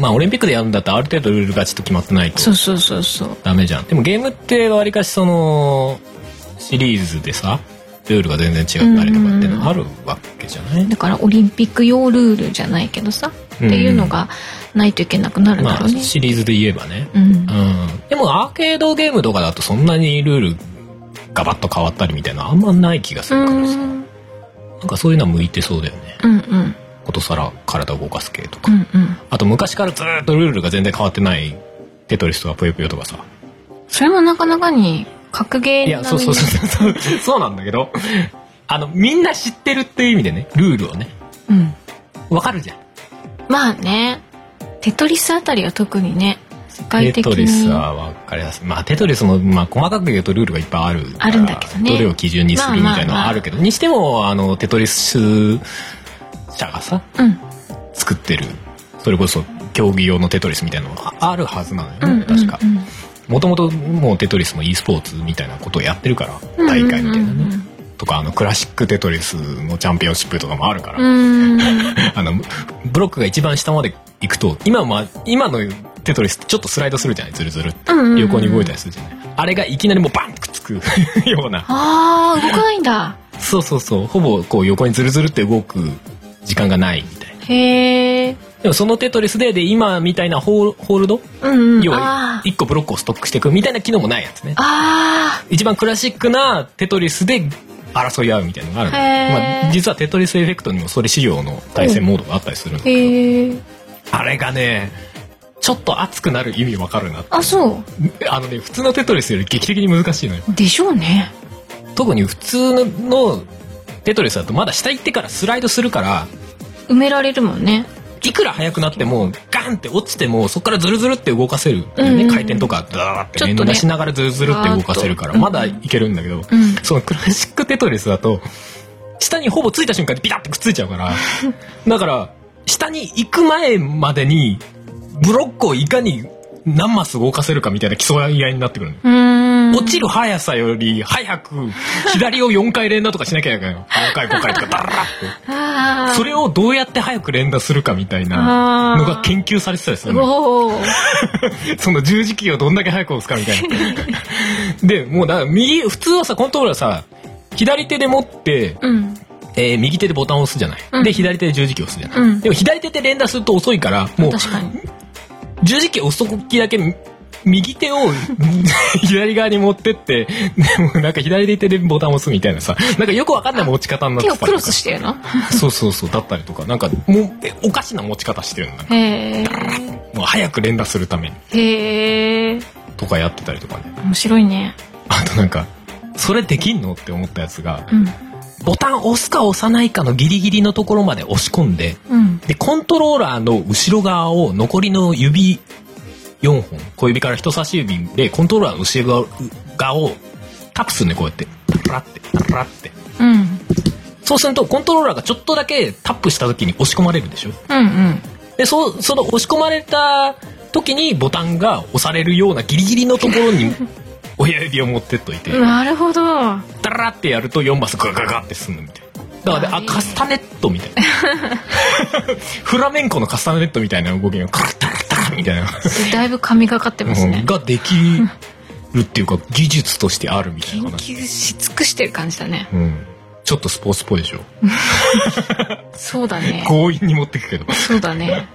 S2: まあオリンピックでやるんだったらある程度ルールがちょっと決まってないと
S3: そうそうそうそう
S2: ダメじゃんでもゲームってわりかしそのシリーズでさルールが全然違ったりとかってのあるわけじゃない、
S3: だからオリンピック用ルールじゃないけどさ、
S2: うん
S3: っていうのがないといけなくなるんだ
S2: ま
S3: ろ
S2: あ
S3: うね、
S2: シリーズで言えばね、
S3: うん
S2: うん、でもアーケードゲームとかだとそんなにルールガバッと変わったりみたいなあんまない気がす
S3: う
S2: るから
S3: ん
S2: さなんかそういうのは向いてそうだよね
S3: うんうん
S2: ことさら体を動かす系と
S3: う
S2: か
S3: んうん
S2: あと昔からずーっとルールが全然変わってないテトリスとかぷよぷよとかさ
S3: それもなかなかに格ゲー
S2: いやそうそう
S3: う、
S2: そうそう <laughs> そうなんだけどあのみんな知ってるっていう意味でねルールをね
S3: うん、
S2: わかるじゃん
S3: まあねテトリスあたりは特にね世界
S2: テ
S3: 的
S2: トリス
S3: に
S2: はわかりやすいまあテトリスも、まあ、細かく言うとルールがいっぱいあるから
S3: あるんだけどね
S2: どれを基準にするみたいなの
S3: まあまあま
S2: は
S3: あ
S2: あるけど、にしてもあのテトリス社がさ
S3: うん
S2: 作ってるそれこそ競技用のテトリスみたいなのがああるはずなのよね、
S3: うんうん
S2: 確か
S3: うん
S2: もともともうテトリスも e スポーツみたいなことをやってるから
S3: うん
S2: 大会みたいなね、
S3: うんうんうん
S2: とかあのクラシックテトリスのチャンピオンシップとかもあるから、
S3: うーん
S2: <laughs> あのブロックが一番下まで行くと今ま今のテトリスってちょっとスライドするじゃないズルズルって
S3: うんうんうん
S2: 横に動いたりするじゃないあれがいきなりもうバンってくっつく <laughs> ような
S3: ああ動かないんだ
S2: そうそうそうほぼこう横にズルズルって動く時間がないみたいな
S3: へえ
S2: でもそのテトリスでで今みたいなホールホールド、
S3: うんうん
S2: 要
S3: あ
S2: は
S3: ー
S2: 1個ブロックをストックしていくみたいな機能もないやつね
S3: あ
S2: 一番クラシックなテトリスで争い合うみたいなのがあるんだ
S3: へー
S2: よまあ、実はテトリスエフェクトにもそれ仕様の対戦モードがあったりするんだ
S3: ー
S2: けど、
S3: へえ
S2: あれがね、ちょっと熱くなる意味わかるなって。
S3: あそう
S2: あのね、普通のテトリスより劇的に難しいのよ。
S3: でしょうね
S2: 特に普通のテトリスだとまだ下行ってからスライドするから、
S3: 埋められるもんね
S2: いくら速くなっても、ガンって落ちても、そこからズルズルって動かせる。
S3: うんうんう
S2: ね、
S3: ん
S2: 回転とか、ダーって連打しながらズルズルって動かせるから、
S3: ちょっ
S2: ま
S3: とね
S2: だいけるんだけど、
S3: うん
S2: そのクラシックテトリスだと、下にほぼついた瞬間にビタッてくっついちゃう
S3: <laughs>
S2: から、だから、下に行く前までに、ブロックをいかに何マス動かせるかみたいな競い合いになってくるのよ
S3: うーん
S2: 落ちる速さより早く、左を4回連打とかしなきゃいけないのよ。4回5回とか、ダラッて。
S3: あー
S2: それをどうやって早く連打するかみたいなのが研究されてたりするのよ
S3: おお
S2: その十字キーをどんだけ早く押すかみたい
S3: <laughs>
S2: な。で、もうだから右、普通はさ、コントローラーさ、左手で持って、
S3: うん
S2: えー右手でボタンを押すじゃない。
S3: うん
S2: で、左手で十字キーを押すじゃない。
S3: うん
S2: でも左手で連打すると遅いから、もう
S3: 確かに
S2: 十字キーを押すときだけ右手を <laughs> 左側に持ってって、でもなんか左手でボタンを押すみたいなさ、なんかよくわかんない持ち方になって
S3: 手
S2: た
S3: を
S2: りとか
S3: クロスしてるの
S2: <laughs> そうそうそう、だったりとか、なんかもう、えおかしな持ち方してるんだ。
S3: へえ
S2: もう早く連打するために、
S3: へえ
S2: とかやってたりとかね。 <laughs>
S3: 面白いね
S2: あとなんか、それできんのって思ったやつが、
S3: うん
S2: ボタン押すか押さないかのギリギリのところまで押し込んで、
S3: うん
S2: で、コントローラーの後ろ側を残りの指4本、小指から人差し指でコントローラーの後ろ側をタップするね、こうやって。パラって、パラって。
S3: うん
S2: そうすると、コントローラーがちょっとだけタップした時に押し込まれるでしょ
S3: うんうん
S2: で、そう、その押し込まれた時にボタンが押されるようなギリギリのところに親指を持ってっといて、
S3: なるほどあ
S2: ダラってやると4マスガガガって進むみたいな。だから
S3: あい
S2: ね、
S3: い
S2: あ、
S3: ね
S2: カスタネットみたいな。フラメンコのカスタネットみたいな動きがカラッタラッタラッみたいな。
S3: だいぶ神がかってます
S2: うん
S3: ね
S2: ができるっていうか、技術としてあるみたい
S3: 研
S2: な話。
S3: 究し尽くしてる感じだね
S2: うん。ちょっとスポーツっぽいでしょ。
S3: そう
S2: <laughs>
S3: だね
S2: 強引に持ってくけど。
S3: そうだね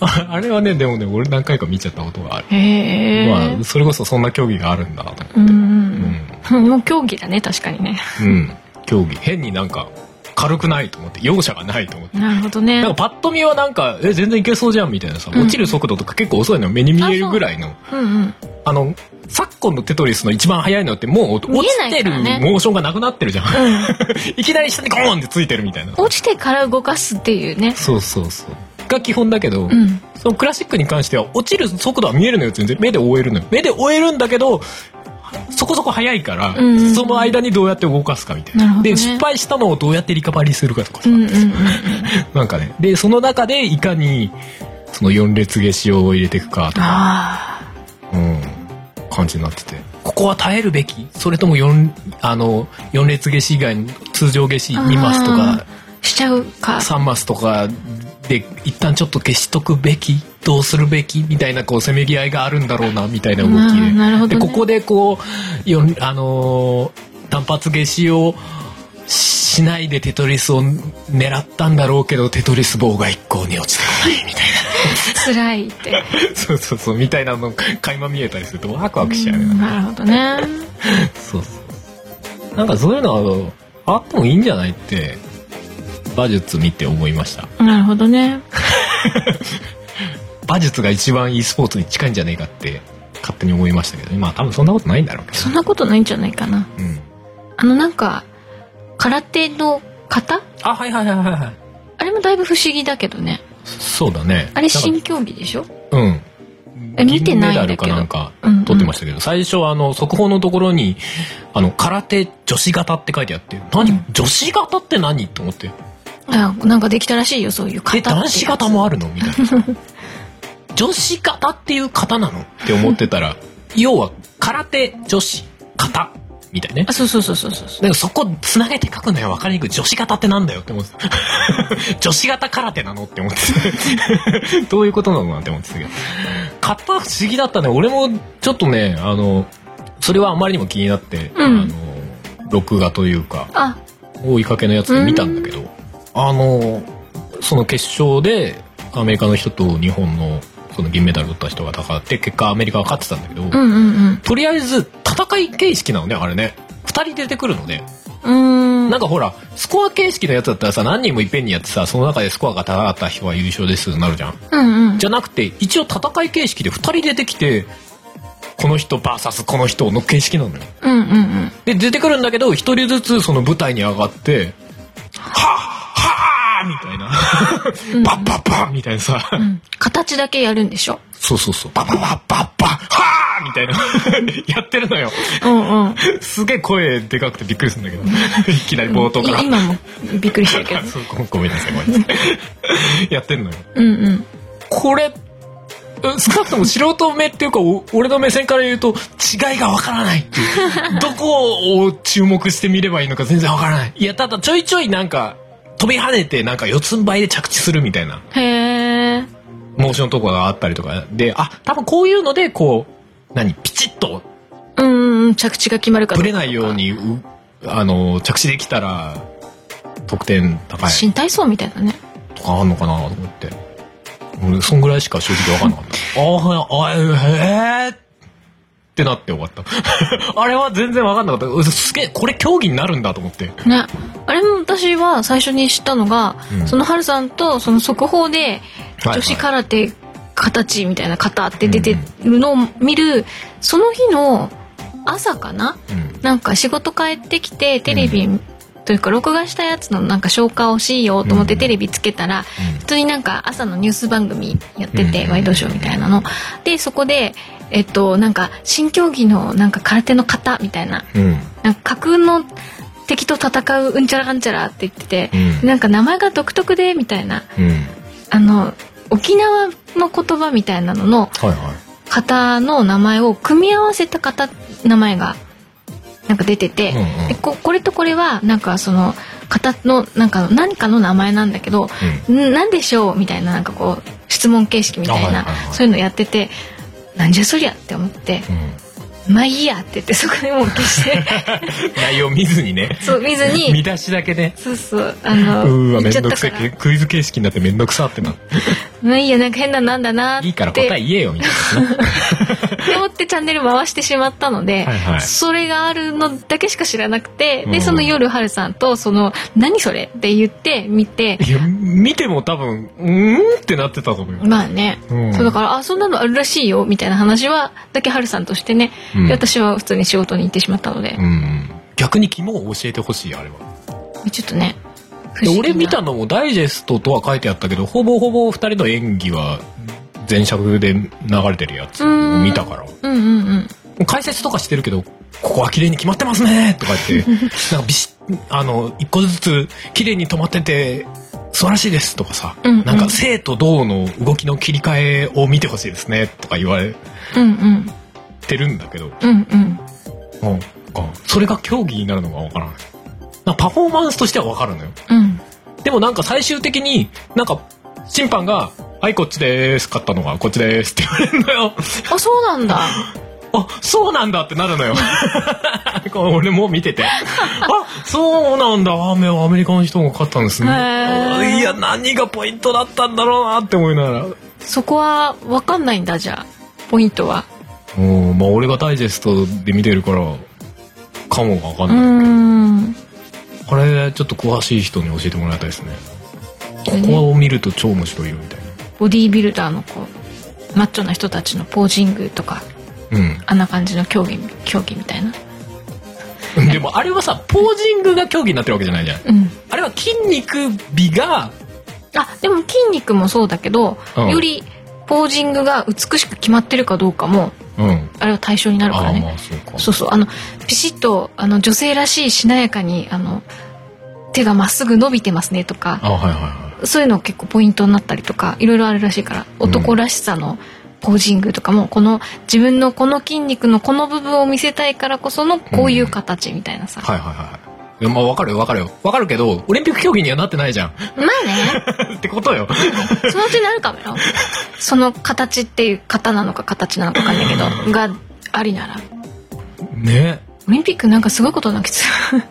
S2: ああれはね、でもね、俺何回か見ちゃったことがある。
S3: へえ、
S2: まあ、それこそそんな競技があるんだなと思って。
S3: うん
S2: うん。
S3: うんもう競技だね確かにね
S2: うん、競技変になんか軽くないと思って容赦がないと思って。
S3: なるほど
S2: なん
S3: ね
S2: かパッと見はなんかえ全然いけそうじゃんみたいなさ
S3: うん
S2: 落ちる速度とか結構遅いの目に見えるぐらいのあ
S3: うん
S2: の昨今のテトリスの一番速いのってもう落
S3: 見えな
S2: ちて
S3: い
S2: る
S3: からね
S2: モーションがなくなってるじゃん、
S3: うんうん
S2: <laughs> いきなり下にゴーンってついてるみたいな
S3: 落ちてから動かすっていうね
S2: そうそうそうが基本だけど、
S3: うん
S2: そのクラシックに関しては落ちる速度は見えるのよ全然目で追えるのよ目で追えるんだけどそこそこ速いから、
S3: うん
S2: その間にどうやって動かすかみたいな
S3: なるほどね
S2: で失敗したのをどうやってリカバリーするかとか
S3: う
S2: さ、
S3: んうんうん
S2: なんかねでその中でいかにその4列下しを入れていくかとか、
S3: あ
S2: うん、感じになっててここは耐えるべきそれとも 4, あの4列下し以外の通常下し
S3: あ
S2: 2マスとか
S3: しちゃうか
S2: サンマスとかで一旦ちょっと消しとくべきどうするべきみたいなこうせめぎ合いがあるんだろうなみたいな動きで
S3: うんなるほどね
S2: でここでこうよんあのー単発消しをしないでテトリスを狙ったんだろうけどテトリス棒が一向に落ちてこないみたい
S3: 辛いって
S2: なそうそうそうみたいなの垣間見えたりするとワクワクしちゃうよね
S3: なるほどね
S2: そうそうなんかそういうのはあってもいいんじゃないって馬術見て思いました
S3: なるほどね
S2: 馬術が一番 e スポーツに近いんじゃねえかって勝手に思いましたけどねまあ多分そんなことないんだろうけ
S3: そんなことないんじゃないかな
S2: ど、うん、
S3: あのなんか空手の型
S2: あはいはいはいはいはい
S3: あれもだいぶ不思議だけどね
S2: そうだね
S3: あ
S2: な
S3: れ
S2: んか
S3: 新競技でしょ
S2: うん
S3: え見てない
S2: 銀メ
S3: んだ
S2: ダル
S3: けど
S2: かなんか
S3: うんうん
S2: 取ってましたけど、最初はあの速報のところにあの空手女子型って書いてあって何、
S3: うん
S2: 女子型って何と思って
S3: あなんかできたらしいよそういう型
S2: え
S3: ってやつ
S2: 男子型もあるの
S3: <laughs>
S2: みたいな女子型っていう型なのって思ってたら要は空手女子型みたいね
S3: あそうそうそうそうそうそ
S2: でもそこつなげて書くのよ分かりにくい女子型ってなんだよって思
S3: <laughs>
S2: ってた女子型空手なのって思ってたどういうことなのなんて思ってたけど型不思議だったね俺もちょっとねあのそれはあまりにも気になって、
S3: うん
S2: あの録画というか
S3: うあ
S2: 追いかけのやつで見たんだけど、あのその決勝でアメリカの人と日本のその銀メダル取った人が戦って結果アメリカが勝ってたんだけど、
S3: うんうん
S2: とりあえず戦い形式なのねあれね2人出てくるのね
S3: うんうーん
S2: なんかほら、スコア形式のやつだったらさ、何人もいっぺんにやってさ、その中でスコアが高かった人が優勝ですなるじゃん。
S3: うんうん
S2: じゃなくて、一応戦い形式で2人出てきて、この人 VS この人の形式なのよ。
S3: うんうんうん
S2: で、出てくるんだけど、1人ずつその舞台に上がって、はぁはぁみたいな。バッバッバッみたいなさ。
S3: うん形だけやるんでしょ
S2: そうそうそう。バッバッバッバッバッはぁみたいな。 <laughs> やってるのよ。
S3: うんうん
S2: すげえ声でかくてびっくりするんだけど。いきなり冒頭から。
S3: い今もびっくりしたけど
S2: そうごごめんなさいごめんなさいやってんのよ
S3: うんうん
S2: これうん少なくとも素人目っていうかお俺の目線から言うと違いがわからないって <laughs> いうどこを注目してみればいいのか全然わからないいやただちょいちょいなんか飛び跳ねてなんか四つん這いで着地するみたいな
S3: へえ
S2: モーションとかがあったりとかであ多分こういうのでこう何ピチッと
S3: うんうん着地が決まるかど
S2: ぶ
S3: うか
S2: れないようにうあの着地できたら得点高い
S3: 新体操みたいだね
S2: とかあんのかなと思って俺そんぐらいしか正直わかんなかった。ああ、はい、あえーってなって終わった。 <laughs> あれは全然わかんなかったう。すげえ、これ競技になるんだと思って。
S3: ね、あれも私は最初に知ったのが、
S2: うん
S3: そのハルさんとその速報で
S2: はい
S3: 女子空手形みたいな型って出てるのを見るその日の朝かな
S2: うん。
S3: なんか仕事帰ってきてテレビというか録画したやつのなんか消化をしようと思っ
S2: う
S3: て
S2: ん
S3: テレビつけたら
S2: うん
S3: 普通になんか朝のニュース番組やってて
S2: うん
S3: ワイドショーみたいなのでそこでえっとなんか新競技のなんか空手の型みたいな
S2: うん。
S3: なんか架空の敵と戦ううんちゃらかんちゃらって言ってて、
S2: うん
S3: なんか名前が独特でみたいな
S2: うん。
S3: あの沖縄の言葉みたいなのの
S2: はいは
S3: 型の名前を組み合わせた型名前がなんか出て
S2: い。
S3: て、
S2: うんうん
S3: でここれとこれはなんかその型のなんか何かの名前なんだけど、んなんでしょうみたいななんかこう質問形式みたいな、
S2: あはいはいはい
S3: そういうのやっててなんじゃそりゃって思って
S2: う、ん。
S3: まあいいやって言ってそこでもう消して。
S2: <laughs> 内容見ずにね。
S3: そう見ずに
S2: 見出しだけね。
S3: そうそうあの
S2: うーわ、
S3: 言
S2: め
S3: っちゃ
S2: ん
S3: っ
S2: どく
S3: たか
S2: せ
S3: ら
S2: え。クイズ形式になってめんどくさってなって。
S3: まあいいやなんか変ななんだなって
S2: いいから答え言えよ、みたいな。
S3: って思ってチャンネル回してしまったので
S2: はいはい
S3: それがあるのだけしか知らなくて、
S2: うん
S3: でその夜はるさんとその「何それ?」って言って見て
S2: いや、見ても多分、うーんってなってたと思うよ。
S3: まあね、
S2: うん
S3: そうだからあそんなのあるらしいよみたいな話はだけはるさんとしてね、
S2: うん
S3: で私は普通に仕事に行ってしまったので
S2: う、ん。逆に肝を教えてほしい、あれは。
S3: ちょっとね不
S2: で
S3: 思議な
S2: 俺見たのもダイジェストとは書いてあったけどほぼほぼ2人の演技は前尺で流れてるやつを見たから
S3: うんうんうん
S2: 解説とかしてるけど「ここは綺麗に決まってますね」とか言って
S3: <laughs>
S2: なんかビシッあの一個ずつ綺麗に止まってて素晴らしいですとかさ、
S3: うんうん
S2: なんか静と動の動きの切り替えを見てほしいですねとか言われ
S3: うんうん
S2: てるんだけど、
S3: うんうん
S2: なんかそれが競技になるのがわからないなんかパフォーマンスとしてはわかるのよ
S3: うん
S2: でもなんか最終的になんか審判が「はいこっちです勝ったのがこっちです」って言われるのよ <laughs>
S3: あそうなんだ
S2: あそうなんだってなるのよ <laughs> こう俺もう見ててあそうなんだあめアメリカの人が勝ったんですね
S3: へー
S2: いや何がポイントだったんだろうなって思いながら
S3: そこは分かんないんだじゃあポイントは
S2: うんまあ俺がダイジェストで見てるからかもが分か
S3: うー
S2: んない、
S3: ん
S2: これちょっと詳しい人に教えてもらいたいですねここを見ると超面白いよみたいな
S3: ボディービルダーのこうマッチョな人たちのポージングとか
S2: うん
S3: あんな感じの競技競技みたいな
S2: <laughs> でもあれはさポージングが競技になってるわけじゃないじゃん
S3: うん
S2: あれは筋肉美が
S3: あでも筋肉もそうだけど、
S2: うん
S3: よりポージングが美しく決まってるかどうかも
S2: うん
S3: あれは対象になるからね
S2: ああそうか
S3: そうそうあのピシッとあの女性らしいしなやかにあの手がまっすぐ伸びてますねとか
S2: あはいはいは
S3: そういうの結構ポイントになったりとかいろいろあるらしいから
S2: うん
S3: 男らしさのポージングとかもこの自分のこの筋肉のこの部分を見せたいからこそのこういう形みたいなさ、
S2: いはいはいはいいやまあ分かるよ分かるよ分かるけどオリンピック競技にはなってないじゃん <laughs>
S3: まあ
S2: ってことよ
S3: ねそのうちになるかもよその形っていう型なのか形なのか分かんないけどがありなら
S2: ね
S3: オリンピックなんかすごいことなきつ
S2: も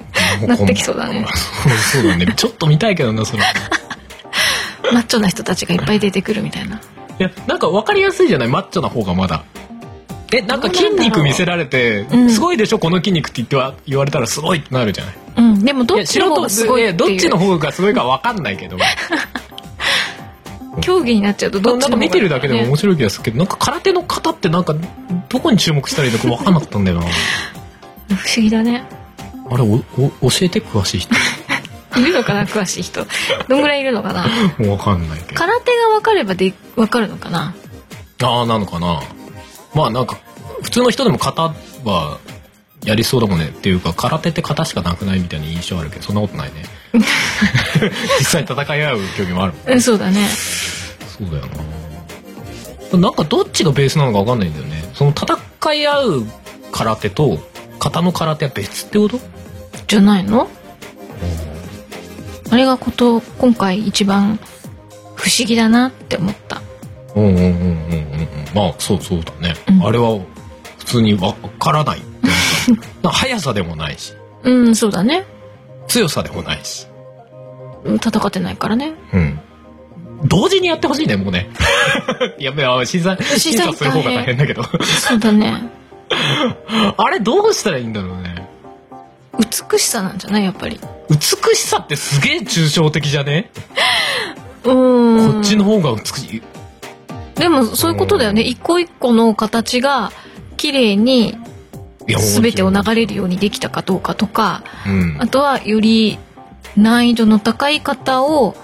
S2: うこん
S3: <laughs> なってきそうだね
S2: そうそうだね <laughs> ちょっと見たいけどなそれい
S3: マッチョな人たちがいっぱい出てくるみたいな
S2: やなんか分かりやすいじゃないマッチョな方がまだえなんか
S3: どうな
S2: 筋
S3: んだろう
S2: 肉見せられて
S3: うん
S2: すごいでしょこの筋肉って言っては言われたらすごいってなるじゃない
S3: うんでもどっ
S2: や
S3: ちの方がすごいって
S2: どっ
S3: い
S2: ちの
S3: う
S2: 方がすごいか分かんないけど
S3: 競技になっちゃうとどっち
S2: な
S3: の
S2: んか
S3: 方が
S2: 見てるだけでも
S3: ね
S2: 面白い気がするけど、なんか空手の方ってなんかどこに注目したらいいのか分かんなかったんだよな
S3: 不思議だね
S2: あれおお教えて詳しい人
S3: いるのかな詳しい人どんぐらいいるのかな
S2: もう分かんないけど
S3: 空手が分かればで分かるのかな
S2: ああなのかなまあなんか普通の人でも型はやりそうだもんねっていうか空手って型しかなくないみたいな印象あるけどそんなこと
S3: <laughs>
S2: ないね実際戦い合う競技もある
S3: うんそうだね
S2: そうだよななんかどっちがベースなのか分かんないんだよねその戦い合う空手と型の空手は別ってこと
S3: じゃないのあれがこと今回一番不思議だなって思った
S2: うんうんうんうんうんうんまあそうそうだね、
S3: うん
S2: あれは普通にわから
S3: <laughs>
S2: ないっていうかな速さでもないし
S3: うんそうだね
S2: 強さでもないし、
S3: うん戦ってないからね
S2: うん、同時にやってほしいね、もう
S3: <laughs>
S2: ね。いや、まあ審査、審査する方が大変だけど。
S3: そうだね
S2: あれどうしたらいいんだろうね。
S3: 美しさなんじゃないやっぱり
S2: 美しさってすげえ抽象的じゃね、
S3: うーん
S2: こっちの方が美しい。
S3: でもそういうことだよね
S2: うん
S3: 一個一個の形が綺麗に
S2: いや
S3: 全てを流れるようにできたかどうかとかあとはより難易度の高い方を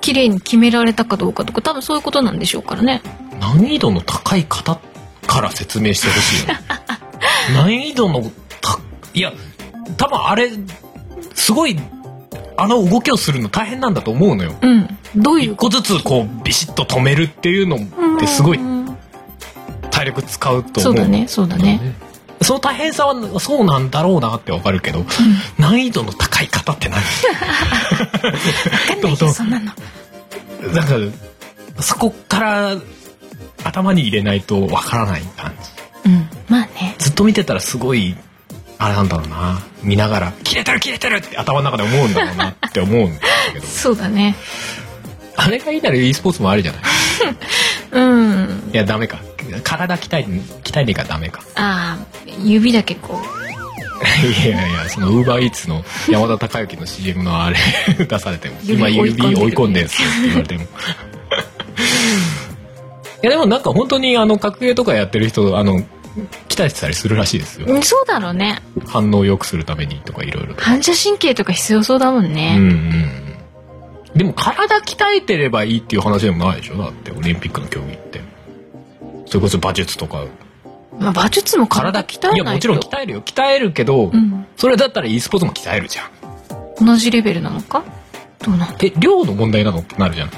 S3: 綺麗に決められたかどうかとか多分そういうことなんでしょうからね
S2: うん。難易度の高い方から説明してほしい
S3: <laughs>
S2: よね。難易度のた、いや、多分あれ、すごい、あの動きをするの大変なんだと思うのよ。
S3: うんどうい
S2: 一
S3: う
S2: 個ずつこうビシッと止めるっていうのってすごい
S3: うん
S2: 体力使うと思う。
S3: そうだねそうだね
S2: その大変さはそうなんだろうなってわかるけど、難易度の高い方って
S3: <laughs>
S2: 何
S3: 分かんない
S2: どう
S3: よ
S2: ぞ
S3: そんなの
S2: なんかそこから頭に入れないとわからない感
S3: うんまあね
S2: じずっと見てたらすごいあれなんだろうな見ながら「切れてる切れてる!」って頭の中で思うんだろうなって思うんだけど
S3: そうだね
S2: <laughs> あれがいいなら e スポーツもあるじゃない
S3: うん
S2: いやダメか体鍛え鍛えねえからダメか <laughs>
S3: あー指だけこ
S2: いやいやそのウーバーイーツの山田孝之の CM のあれ <laughs> 出されても
S3: 指
S2: 今
S3: 追い
S2: 指
S3: 込んでる
S2: 追い込んでるんですよって言われても <laughs> いやでもなんか本当にあの格ゲーとかやってる人あの鍛えてたりするらしいですよ
S3: うそうだろうね
S2: 反応を良くするためにとかいろいろと。
S3: 反射神経とか必要そうだもん
S2: うんう
S3: ね、
S2: んうん。でも体鍛えてればいいっていう話でもないでしょだってオリンピックの競技って。それこそ馬術とか。
S3: まあ馬術も体鍛えないと
S2: いやもちろん鍛えるよ。鍛えるけど、
S3: うん
S2: それだったら e スポーツも鍛えるじゃん。
S3: 同じレベルなのかどうなの
S2: で、量の問題なのってなるじゃん。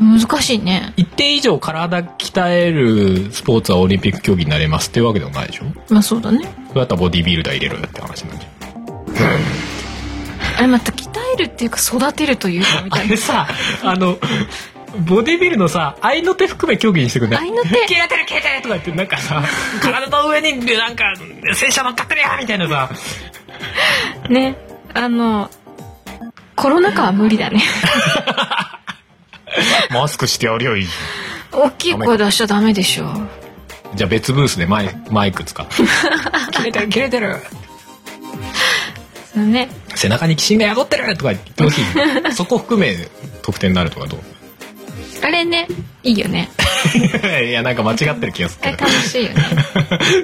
S3: 難しいね
S2: 一定以上体鍛えるスポーツはオリンピック競技になれますっていうわけでもないでしょ
S3: まあそうだね
S2: それだったらボディービルダー入れろよって話になるじゃん。
S3: あれまた鍛えるっていうか育てるというかみ
S2: あ
S3: たい
S2: れ
S3: な
S2: さ、あの、ボディビルのさ、合いの手含め競技にしてくんない
S3: 合いの手
S2: 消えてる消えてるとか言って、なんかさ、体の上になんか、戦車乗っかってるやみたいなさ、 <laughs>
S3: ねあのコロナ禍は無理
S2: <laughs>
S3: だね
S2: マスクしてやるよ、いいじ
S3: 大きい声出しちゃダメでしょ
S2: ゃんじゃあ別ブースでマイマイク使って。消えてる消えてる
S3: そうね
S2: 背中に鬼神が宿ってるとか言ってほしい。そこ含め得点になるとかどう
S3: あれねいいよね
S2: <laughs> いや、なんか間違ってる気がす
S3: あ
S2: る
S3: れ
S2: けど
S3: 楽。しい
S2: <laughs>
S3: よね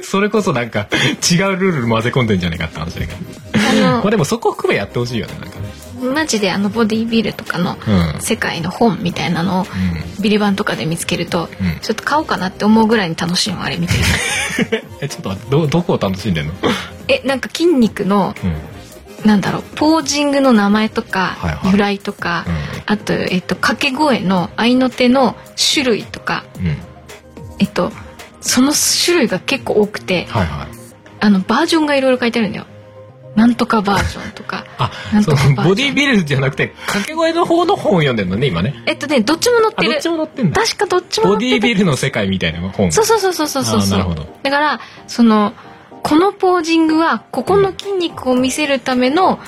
S2: それこそなんか違うルール混ぜ込んでんじゃねえかって話だけど。
S3: あ
S2: まあでもそこ含めやってほしいよね、なんかね。
S3: のマジであのボディービルとかの
S2: うん
S3: 世界の本みたいなのを
S2: うん。
S3: ビリバンとかで見つけると、
S2: うん
S3: ちょっと買おうかなって思うぐらいに楽しいもんあれ見てる
S2: えちょっと待ってどどこを楽しん
S3: <laughs>
S2: でんの、
S3: えなんか筋肉の
S2: うん
S3: なんだろうポージングの名前とか、
S2: はいはい
S3: 由来とか、あと、えっと、掛け声の合いの手の種類とか、
S2: うんうん、
S3: えっと、その種類が結構多くて
S2: はいはい
S3: あのバージョンがいろいろ書いてあるんだよ。なんとかバージョンと
S2: <laughs>
S3: か
S2: あ
S3: なん
S2: そ
S3: と
S2: の
S3: かバージョン
S2: ボディビルじゃなくて掛け声の方の本を読んでんのね今ね
S3: えっとねどっちも載っ
S2: あ
S3: て
S2: ど
S3: る
S2: っちも載ってんだ
S3: 確かどっちも
S2: ボデ
S3: 載
S2: ィ
S3: って
S2: ビ
S3: る
S2: ルの世界みたいな本
S3: そうそうそうそうそうそう
S2: あーなるほど
S3: だからそのこのポージングはここの筋肉を見せるための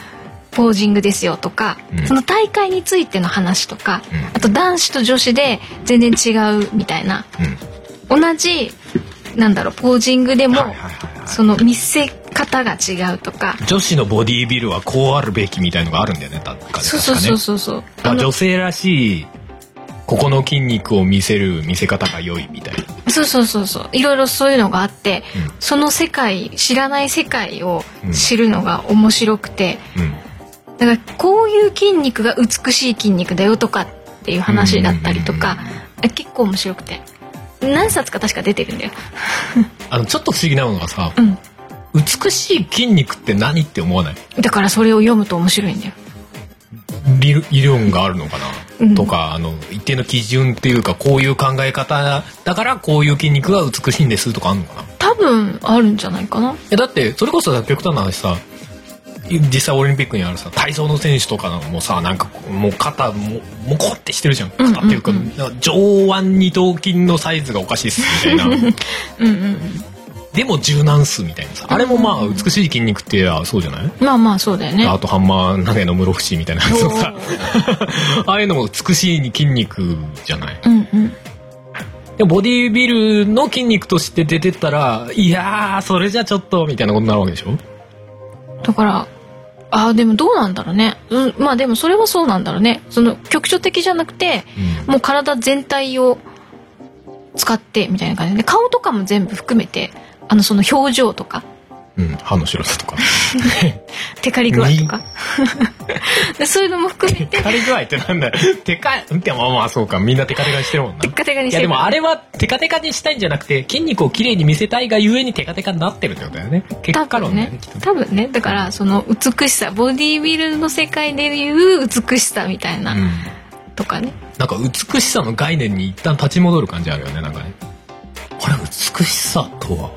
S3: ポージングですよとか、
S2: うん
S3: その大会についての話とか、
S2: うん
S3: あと男子と女子で全然違うみたいな
S2: うん、
S3: 同じなんだろうポージングでも
S2: はいはいはいは
S3: その見せ方が違うとか
S2: い女子のボディビルはこうあるべきみたいのがあるんだよね確かね
S3: そうそうそうそうそう
S2: ま
S3: あ
S2: あ、
S3: の
S2: 女性らしいここの筋肉を見せる見せ方が良いみたいな
S3: そうそうそうそういろいろそういうのがあって、
S2: うん
S3: その世界知らない世界を
S2: うん
S3: 知るのが面白くて、
S2: うん
S3: だからこういう筋肉が美しい筋肉だよとかっていう話だったりとか
S2: うんうんうん、
S3: 結構面白くて何冊か確か出てるんだよ。
S2: あのちょっと不思議なのがさ、
S3: うん
S2: 美しい筋肉って何って思わない
S3: だからそれを読むと面白いんだよ。
S2: 理理論があるのかな、
S3: うん
S2: とかあの一定の基準っていうかこういう考え方だからこういう筋肉が美しいんですとかあるのかな
S3: 多分あるんじゃないかな。
S2: えだってそれこそさ極端な話さ実際オリンピックにあるさ体操の選手とかもさなんかもう肩ももこってしてるじゃん
S3: うんうんうん
S2: 肩っていうか,、
S3: <laughs>
S2: 上腕二頭筋のサイズがおかしいっすみたいな
S3: うんうん
S2: でも柔軟っすみたいなさあれもまあ美しい筋肉って言えばそうじゃない
S3: まあまあそうだよね
S2: あとハンマー投げの室伏みたいなやつとか <laughs> ああいうのも美しい筋肉じゃない
S3: うんうん
S2: でもボディービルの筋肉として出てったらいやーそれじゃちょっとみたいなことになるわけでしょ
S3: だからあーでもどうなんだろうね、うん、まあでもそれはそうなんだろうねその局所的じゃなくて
S2: うん
S3: もう体全体を使ってみたいな感じで顔とかも全部含めてあのその表情とか
S2: うん、歯の白さとか
S3: テカリ具合とか <laughs> でそういうのも含めて
S2: テカリ具合ってなんだよテカってまあまあそうかみんなテカテカにしてるもんな
S3: テッカテカに
S2: い
S3: し
S2: や
S3: てる
S2: でもあれはテカテカにしたいんじゃなくて筋肉をきれいに見せたいがゆえにテカテカになってるってことだよね結果
S3: 多
S2: 論
S3: 分
S2: だよ
S3: ね
S2: ねきっとね
S3: 多分ねだからその美しさボディービルの世界でいう美しさみたいな、
S2: うん
S3: とかね
S2: なんか美しさの概念に一旦立ち戻る感じあるよねなんかねあれ美しさとは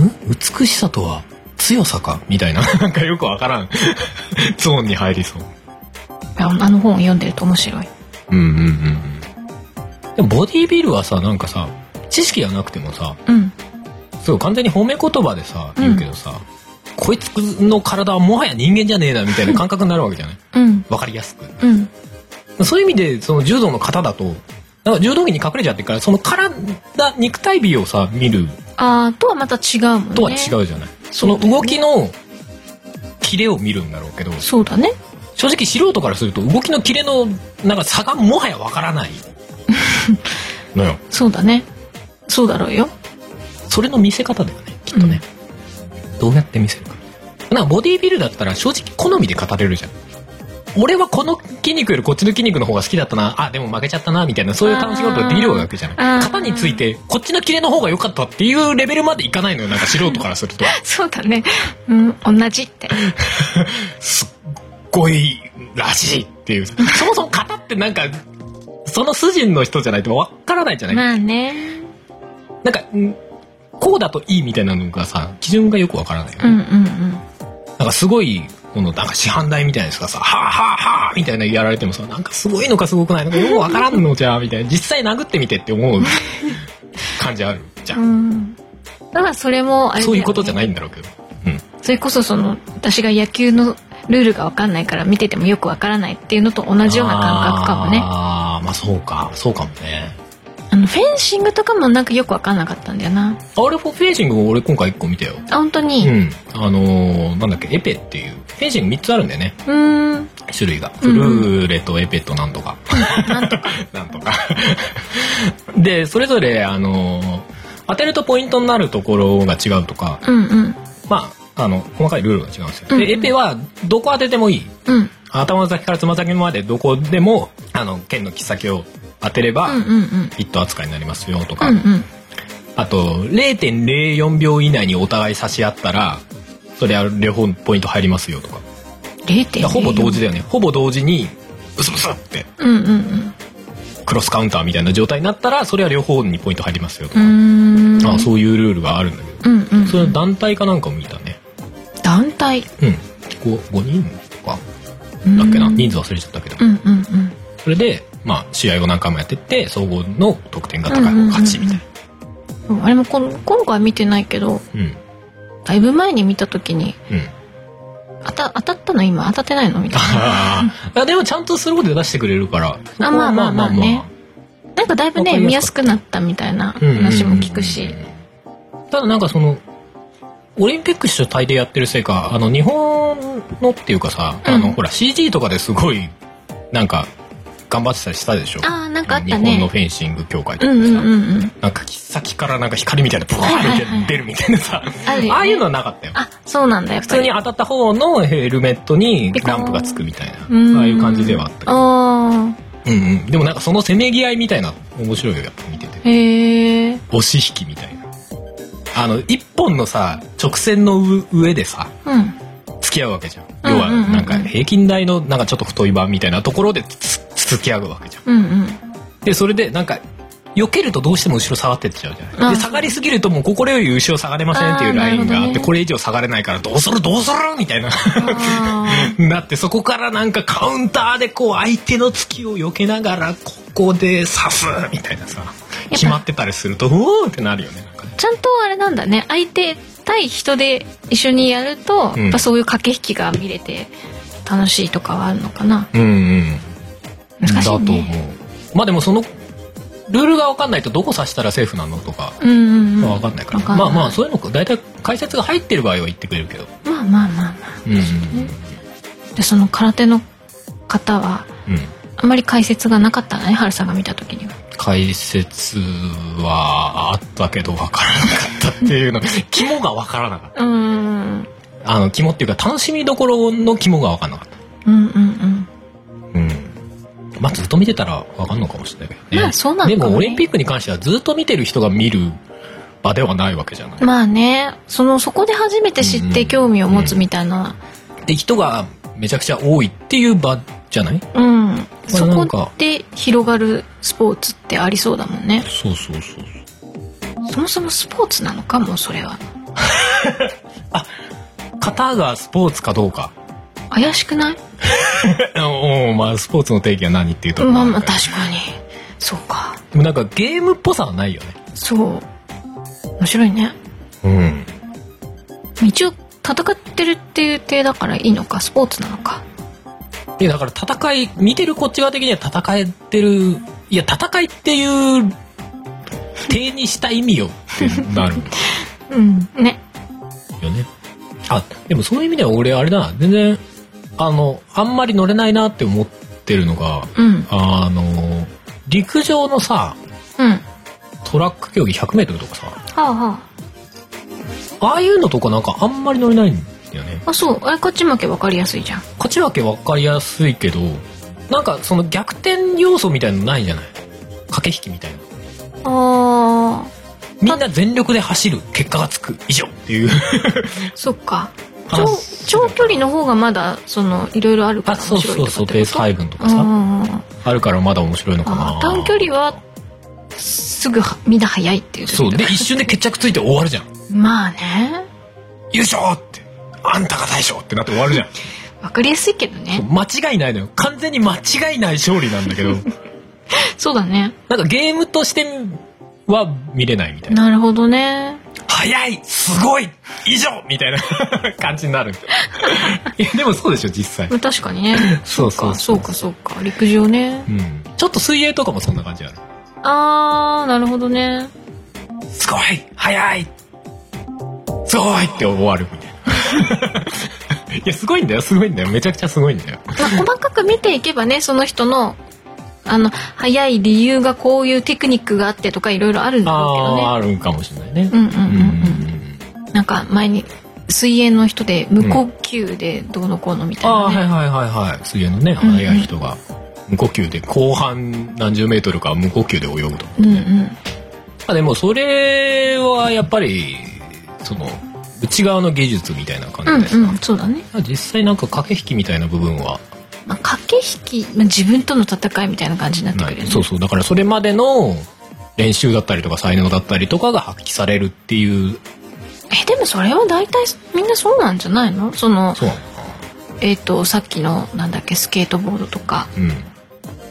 S2: ん美しさとは強さかみたいな <laughs> なんかよくわからんゾーンに入りそう
S3: ああの本を読んでると面白い
S2: うんうんうんうんでもボディービルはさなんかさ知識がなくてもさ
S3: うん
S2: すごい完全に褒め言葉でさ
S3: うん
S2: 言うけどさ、こいつの体はもはや人間じゃねえなみたいな感覚になるわけじゃない
S3: うん
S2: わかりやすく
S3: うん
S2: そういう意味でその柔道の型だとなんか柔道着に隠れちゃってるからその体肉体美をさ見る
S3: あーとはまた違うもんね
S2: とは違うじゃない、その動きのキレを見るんだろうけど
S3: そうだね
S2: 正直素人からすると動きのキレのなんか差がもはやわからないのよ
S3: そうだねそうだろうよ <laughs>
S2: それの見せ方だよねきっとね、どうやって見せるかなんかボディービルだったら正直好みで語れるじゃん俺はこの筋肉よりこっちの筋肉の方が好きだったなあでも負けちゃったなみたいなそういう楽しみ方ができるわけじゃ
S3: あ
S2: な
S3: ー
S2: い肩についてこっちのキレの方が良かったっていうレベルまでいかないのよなんか素人からすると
S3: そうだねうん同じって
S2: すっごいらしいっていうそもそも肩ってなんかその筋の人じゃないとわからないじゃない、
S3: まあね
S2: なんかんこうだといいみたいなのがさ基準がよくわからないよね
S3: うんうんうん
S2: なんかすごい、この、なんか市販代みたいなやつがさ、はあはあはあみたいなやられてもさ、なんかすごいのかすごくないのか、ようわからんのじゃあ、みたいな。実際殴ってみてって思
S3: <laughs>
S2: う感じあるじゃん。
S3: うんだからそれもあれだよね
S2: そういうことじゃないんだろうけど。うん。
S3: それこそその私が野球のルールが分かんないから見ててもよく分からないっていうのと同じような感覚かもねあ
S2: ああ、まあそうか、そうかもね。
S3: のフェンシングとかもなんかよく分かんなかったんだよな
S2: あ俺、フェンシングを俺今回1個見たよ。
S3: あ本当
S2: う
S3: に
S2: ん。あのーなんだっけ、エペっていう。フェンシング3つあるんだよね、
S3: うーん
S2: 種類が。
S3: う
S2: フ
S3: んうん
S2: ルーレとエペとなんとか。なんとか。で、それぞれ、あのー当てるとポイントになるところが違うとか、
S3: うんうん
S2: まあ、あの、細かいルールが違うんですよ。
S3: うんうん
S2: で、エペは、どこ当ててもいい。
S3: うん
S2: 頭の先からつま先までどこでも、あの、剣の切っ先を当てれば
S3: うん、うんうん
S2: ヒット扱いになりますよと
S3: う
S2: か、
S3: んうん
S2: あと、0.04秒以内にお互い差し合ったら、それは両方ポイント入りますよとか。だから
S3: 0.0
S2: ほぼ同時だよね。ほぼ同時に、ブスブスって、
S3: うんうん
S2: クロスカウンターみたいな状態になったら、それは両方にポイント入りますよと
S3: う
S2: か。
S3: んうーん
S2: あそういうルールがあるんだけど。
S3: うんうん
S2: それ団体かなんかも見たね。
S3: 団体
S2: うん。5, 5人とかだ
S3: だ
S2: っけな人数忘れちゃったけど、
S3: うんうんうん
S2: それで、まあ、試合を何回もやってって総合の得点が高い方が勝ちみたいな、
S3: うんあれもこの今回見てないけど
S2: うんう
S3: <laughs>
S2: ん
S3: だいぶ前に見た時に当た当たったの今当たってないのみたいな
S2: ああでもちゃんとすることで出してくれるからそこは
S3: まあまあまあねなんかだいぶ
S2: わ
S3: ね
S2: かり
S3: 見
S2: や
S3: や
S2: す
S3: すくなったみたいな
S2: うんうんうんうん
S3: 話も聞くし、
S2: ただなんかそのオリンピック主体でやってるせいかあの日本のっていうかさ、あ
S3: う
S2: の
S3: ん
S2: ほら CG とかですごいなんか頑張ってたりしたでしょ
S3: あーなんかあった
S2: 日本の
S3: ね
S2: フェンシング協会と
S3: う
S2: か
S3: ん
S2: さ、
S3: うんうんうん
S2: なんか先からなんか光みたいなブワ
S3: は
S2: ー
S3: い
S2: って
S3: はいはい
S2: 出るみたいなさ
S3: あるよね
S2: ああいうのはなかったよ
S3: あそうなんだやっ
S2: 普
S3: ぱ
S2: 通
S3: り
S2: に当たった方のヘルメットにランプがつくみたいな
S3: うん
S2: ああいう感じではあった
S3: あ
S2: けど、うんうん、でもなんかそのせめぎ合いみたいな面白いよやっぱ見てて
S3: ーへえ
S2: 押し引きみたいなあの一本のさ直線のう上でさ
S3: うん
S2: 付き合うわけじゃん
S3: う
S2: 要
S3: んうん
S2: は
S3: うんうん
S2: なんか平均台のなんかちょっと太い版みたいなところでつつ付き合うわけじゃん
S3: うん
S2: <laughs>
S3: うん
S2: でそれでなんか避けるとどうしても後ろ下がってっちゃうじゃ
S3: あ
S2: な
S3: あ
S2: いで下がりすぎるともうこれより後ろ下がれませんっていうラインがあ
S3: あ
S2: っ
S3: あなる
S2: て
S3: ほどね
S2: これ以上下がれないからどうするどうするみたいな <laughs>
S3: あ
S2: だってそこからなんかカウンターでこう相手の突きを避けながらここで刺すみたいなさ決まってたりするとうおーってなるよねなんかね
S3: ちゃんとあれなんだね相手対人で一緒にやると、
S2: うん
S3: やっぱそういう駆け引きが見れて楽しいとかはあるのかな
S2: うんうん
S3: 難
S2: だ
S3: しい
S2: と思う
S3: ね
S2: まあでもそのルールが分かんないとどこ指したらセーフなのとか
S3: うんうんうん
S2: 分かんないから、
S3: わかんな
S2: ま
S3: い
S2: あまあそういうの大体解説が入ってる場合は言ってくれるけど
S3: まあまあまあま
S2: うんうん
S3: あでその空手の方は
S2: うん、うん、
S3: あんまり解説がなかったんだね春さんが見た時には
S2: 解説はあったけど分からなかったって
S3: <laughs>
S2: いうの肝が分からなかっ
S3: うんうん
S2: たあの肝っていうか楽しみどころの肝が分からなかった
S3: うんうん
S2: うんまあずっと見てたら分かんのかもしれないけどね,、
S3: まあそうなのか
S2: で
S3: もね
S2: もオリンピックに関してはずっと見てる人が見る場ではないわけじゃない
S3: まあねそのそこで初めて知って興味を持つみたいな
S2: で人がめちゃくちゃ多いっていう場じゃない
S3: うん、そ
S2: なん
S3: こ
S2: か
S3: で広がるスポーツってありそうだもんね
S2: そうそうそう
S3: そもそもスポーツなのかもそれは
S2: 型がスポーツかどうか
S3: 怪しくない
S2: おおまあスポーツの定義は何っていうところ
S3: まあ
S2: なん
S3: ま
S2: だ
S3: あ
S2: けど
S3: 確かにそうか
S2: でもなんかゲームっぽさはないよね
S3: そう面白いね
S2: うん
S3: 一応戦ってるっていう体だからいいのかスポーツなのか
S2: でだから戦い見てるこっち側的には戦えてるいや戦いっていう定にした意味よってなる
S3: うんね
S2: よ <laughs> ねあでもそういう意味では俺あれだな全然あのあんまり乗れないなって思ってるのが
S3: うん
S2: あの陸上のさ
S3: うんは
S2: トラック競技 100m とかさ
S3: あは
S2: ああいうのとかなんかあんまり乗れないんだよね
S3: ああそうあれ勝ち負け分かりやすいじゃん
S2: 勝ち負け分かりやすいけどなんかその逆転要素みたいのないじゃない駆け引きみたいな
S3: あ
S2: みんな全力で走る結果がつく以上っていう
S3: ーそっか
S2: あ
S3: 長
S2: そう
S3: 長距離の方がまだそのいろいろあるか
S2: あ
S3: ら
S2: そ
S3: 面
S2: う
S3: 白
S2: そ
S3: いと
S2: う
S3: か
S2: そ
S3: っ
S2: う
S3: て
S2: ペ
S3: こ
S2: ー
S3: と
S2: ス配分とか
S3: うんう
S2: さ
S3: んうん
S2: あるからまだ面白いのかな
S3: あー短距離はすぐはみんな早いっていう
S2: そうで一瞬で決着ついて終わるじゃん
S3: まあね
S2: 優勝ってあんたが大将ってなって終わるじゃ
S3: <laughs>
S2: ん
S3: 分かりやすいけどね
S2: 間違いないのよ完全に間違いない勝利なんだ
S3: <laughs>
S2: けど
S3: そうだね
S2: なんかゲームとしては見れないみたいな
S3: なるほどね
S2: 早いすごい以上みたいな <laughs> 感じになる <laughs> いやでもそうでしょ実際
S3: まあ確かにね
S2: そう <coughs> そう
S3: そうかそうか陸上ね
S2: うんちょっと水泳とかもそんな感じある
S3: あーなるほどね
S2: すごい早いすごいって終わるみたいな <laughs> いやすごいんだよすごいんだよめちゃくちゃすごいんだよ
S3: まあ細かく見ていけばねその人のあの早い理由がこういうテクニックがあってとかいろいろあるんだろうけ
S2: あ
S3: ど
S2: あ
S3: ね
S2: あるんかもしれないね
S3: うんうんうんうん
S2: ん
S3: なんか前に水泳の人で無呼吸でどうのこうのみたい
S2: ああ
S3: な
S2: ー
S3: ね、
S2: はいはいはいはい水泳のね
S3: うんうん
S2: 速い人が無呼吸で後半何十メートルか無呼吸で泳ぐと
S3: うんうん
S2: あでもそれはやっぱりその内側の技術みたいな感じで、
S3: うんうんそうだね、
S2: 実際なんか駆け引きみたいな部分は
S3: まあ、駆け引き、まあ、自分との戦いみたいな感じになってく
S2: な
S3: るよ
S2: い
S3: ね
S2: そうそうだからそれまでの練習だったりとか才能だったりとかが発揮されるっていう
S3: えでもそれは大体みんなそうなんじゃないのその
S2: そう
S3: えっ、とさっきのなんだっけスケートボードとか
S2: うんい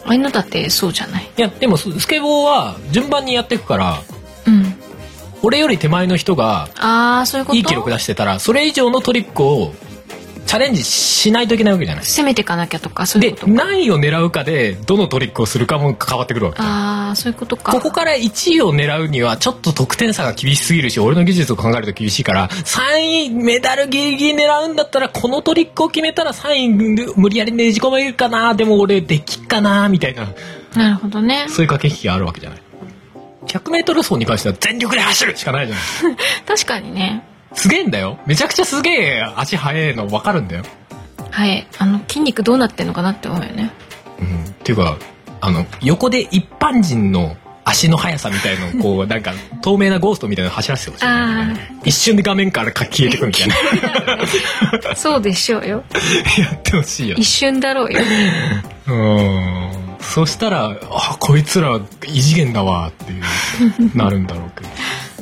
S3: ああいうのだってそうじゃない
S2: やでもススケボーは順番にやっていくから
S3: うん
S2: 俺より手前の人が
S3: ああそういうこと
S2: いい記録出してたらそれ以上のトリックをチャレンジしないといけないわけじゃない
S3: 攻めていかなきゃとかそういう
S2: で
S3: ことか
S2: 何位を狙うかでどのトリックをするかも変わってくるわけ
S3: ああそういうことか
S2: ここから1位を狙うにはちょっと得点差が厳しすぎるし俺の技術を考えると厳しいから3位メダルギリギリ狙うんだったらこのトリックを決めたら3位無理やりねじ込めるかなでも俺できっかなみたいな
S3: なるほどね
S2: そういう駆け引きがあるわけじゃない 100m 走に関しては全力で走るしかないじゃない
S3: 確かにね
S2: すげえんだよめちゃくちゃすげえ足速えの分かるんだよ、
S3: はいあの筋肉どうなってんのかなって思うよね
S2: うん、っていうかあの横で一般人の足の速さみたいのを <laughs> こうなんか透明なゴーストみたいなの走らせてほしい
S3: あ
S2: 一瞬で画面から消えてくみたい <laughs> な
S3: あそうでしょうよ
S2: やってほしいよ
S3: 一瞬だろうよ
S2: うーんそしたらあこいつら異次元だわっていうなるんだろうけど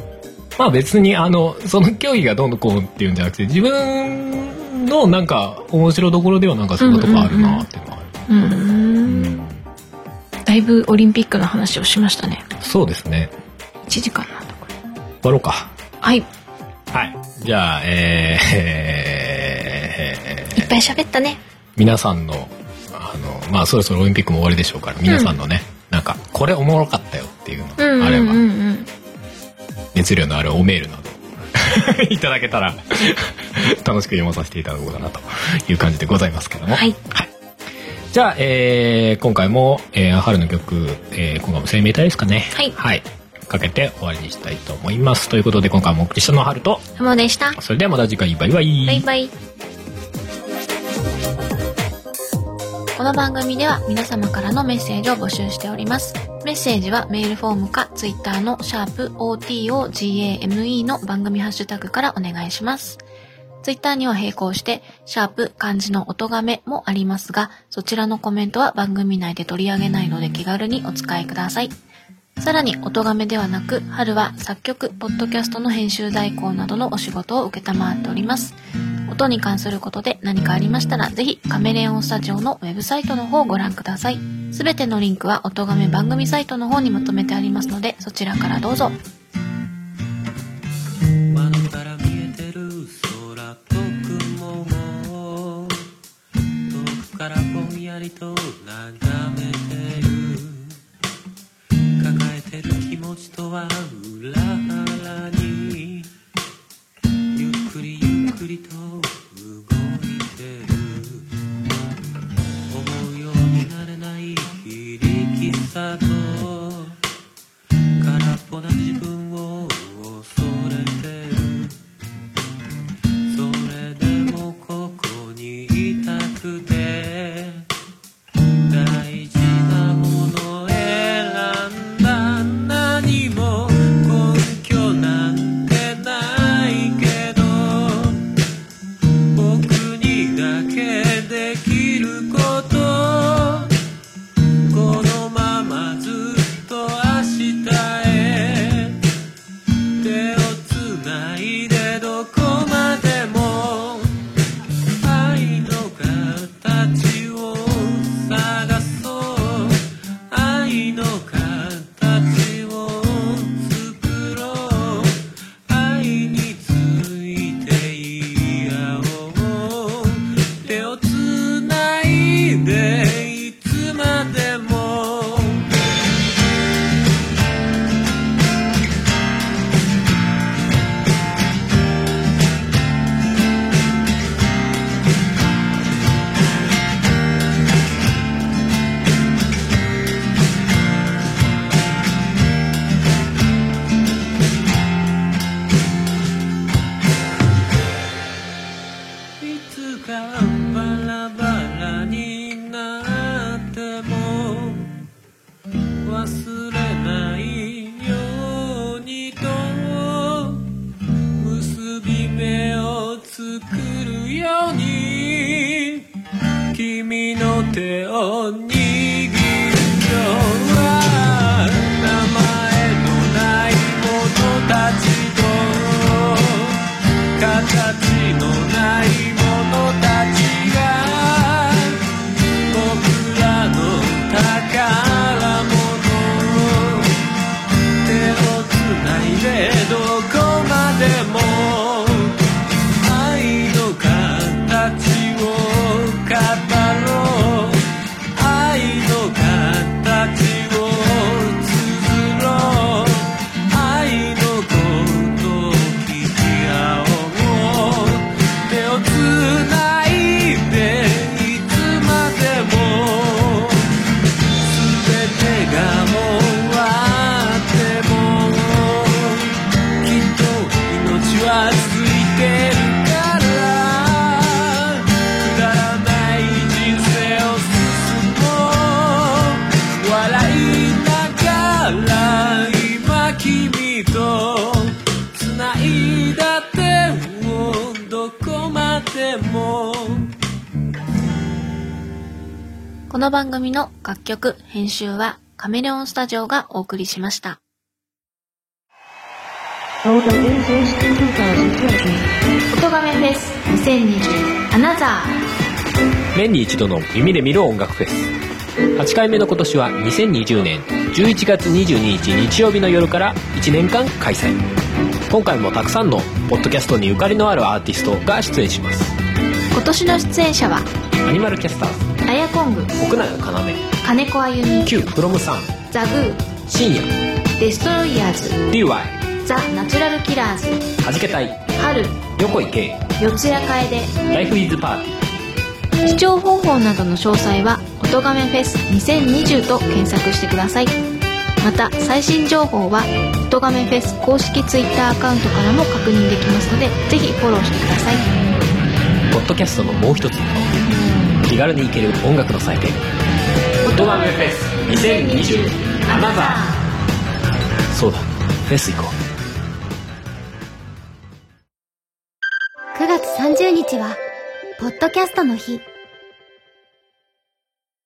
S2: <laughs> まあ別にあのその競技がどうのこうっていうんじゃなくて自分のなんか面白どころではなんかそんなとこあるなっていうのはある、
S3: うーんだいぶオリンピックの話をしましたね
S2: そうですね。
S3: 1時間なんだこれ
S2: 終わろうか。
S3: はいいっ
S2: はい。じゃあ、えーえー
S3: ぱい喋ったね
S2: 皆さんの、あの、まあ、そろそろオリンピックも終わりでしょうから、皆さんのね、なんか、これおもろかったよっていうの
S3: うんうん
S2: があれば、
S3: うんうん
S2: 熱量のあるおメールなどいただけたら楽しく読まさせていただこうかなという感じでございますけども、
S3: はい
S2: じゃあ、えー今回も、えー春の曲、えー今回も生命体ですかね
S3: はい
S2: かけて終わりにしたいと思いますということで今回もお送りしたのは春と
S3: ハモでした
S2: それではまた次回バイバイ
S3: バイバイ。この番組では皆様からのメッセージを募集しております。メッセージはメールフォームか Twitter のシャープ o t o g a m e の番組ハッシュタグからお願いします。Twitter には並行して、シャープ漢字の音がめもありますが、そちらのコメントは番組内で取り上げないので気軽にお使いください。さらに、音亀ではなく、春は作曲、ポッドキャストの編集代行などのお仕事を受けたまわっております。音に関することで何かありましたら、ぜひカメレオンスタジオのウェブサイトの方をご覧ください。すべてのリンクは音亀番組サイトの方にまとめてありますので、そちらからどうぞ。
S4: 窓から見えてる空と雲も遠くからぼんやりと眺めてる抱えてる気持ちとは裏腹にゆっくりゆっくりと動いてる思うようになれない非力さと空っぽな自分を恐れてるそれでもここにいたくて大事なもの選んだ何も根拠なんてないけど僕にだけできることこのままずっと明日へ手をつないでどこまでも愛の形を探そう愛の形を作ろう愛について言い合おう手をつないでいつまでもいつかバラバラになっても忘れないようにと結び目を作るように君の手を握る今日は名前のない者たちと「形のないものたちが僕らの宝物」「手をつないでどこまでも愛の形を語ろう」「愛の形を綴ろう」「愛のこと聞き合おう」「手をつないでいつまでも」「すべてが終わっても」「きっと命は続いてるから」「くだらない人生を進もう」「笑いながら今君とつないだ手をどこまでも」
S3: この番組の楽曲、編集はカメレオンスタジオがお送りしました。
S5: Hold on, this is 2020.
S3: 音画面です。2020アナザ
S2: 年に一度の耳で見る音楽フェス8回目の今年は2020年11月22日日曜日の夜から1年間開催今回もたくさんのポッドキャストにゆかりのあるアーティストが出演します
S3: 今年の出演者は
S2: アニマルキャスター
S3: ダヤコング
S2: ズ奥永要
S3: 金子あゆみ
S2: Q プロムさん
S3: ザグー
S2: 深夜
S3: デストロイヤーズ
S2: DY は
S3: ザ・ナチュラルキラーズ
S2: じけたい
S3: 春
S2: 横井圭
S3: 四谷楓
S2: ライフイズパーティ
S3: 視聴方法などの詳細は「おとがめフェス2020」と検索してくださいまた最新情報は「おとがめフェス」公式 Twitter アカウントからも確認できますのでぜひフォローしてください
S2: ーポッドキャストのもう一つの顔気軽に行ける音楽の祭典「音楽フェス2020アナザー」そうだフェス行こう
S6: 9月30日は、ポッドキャストの日。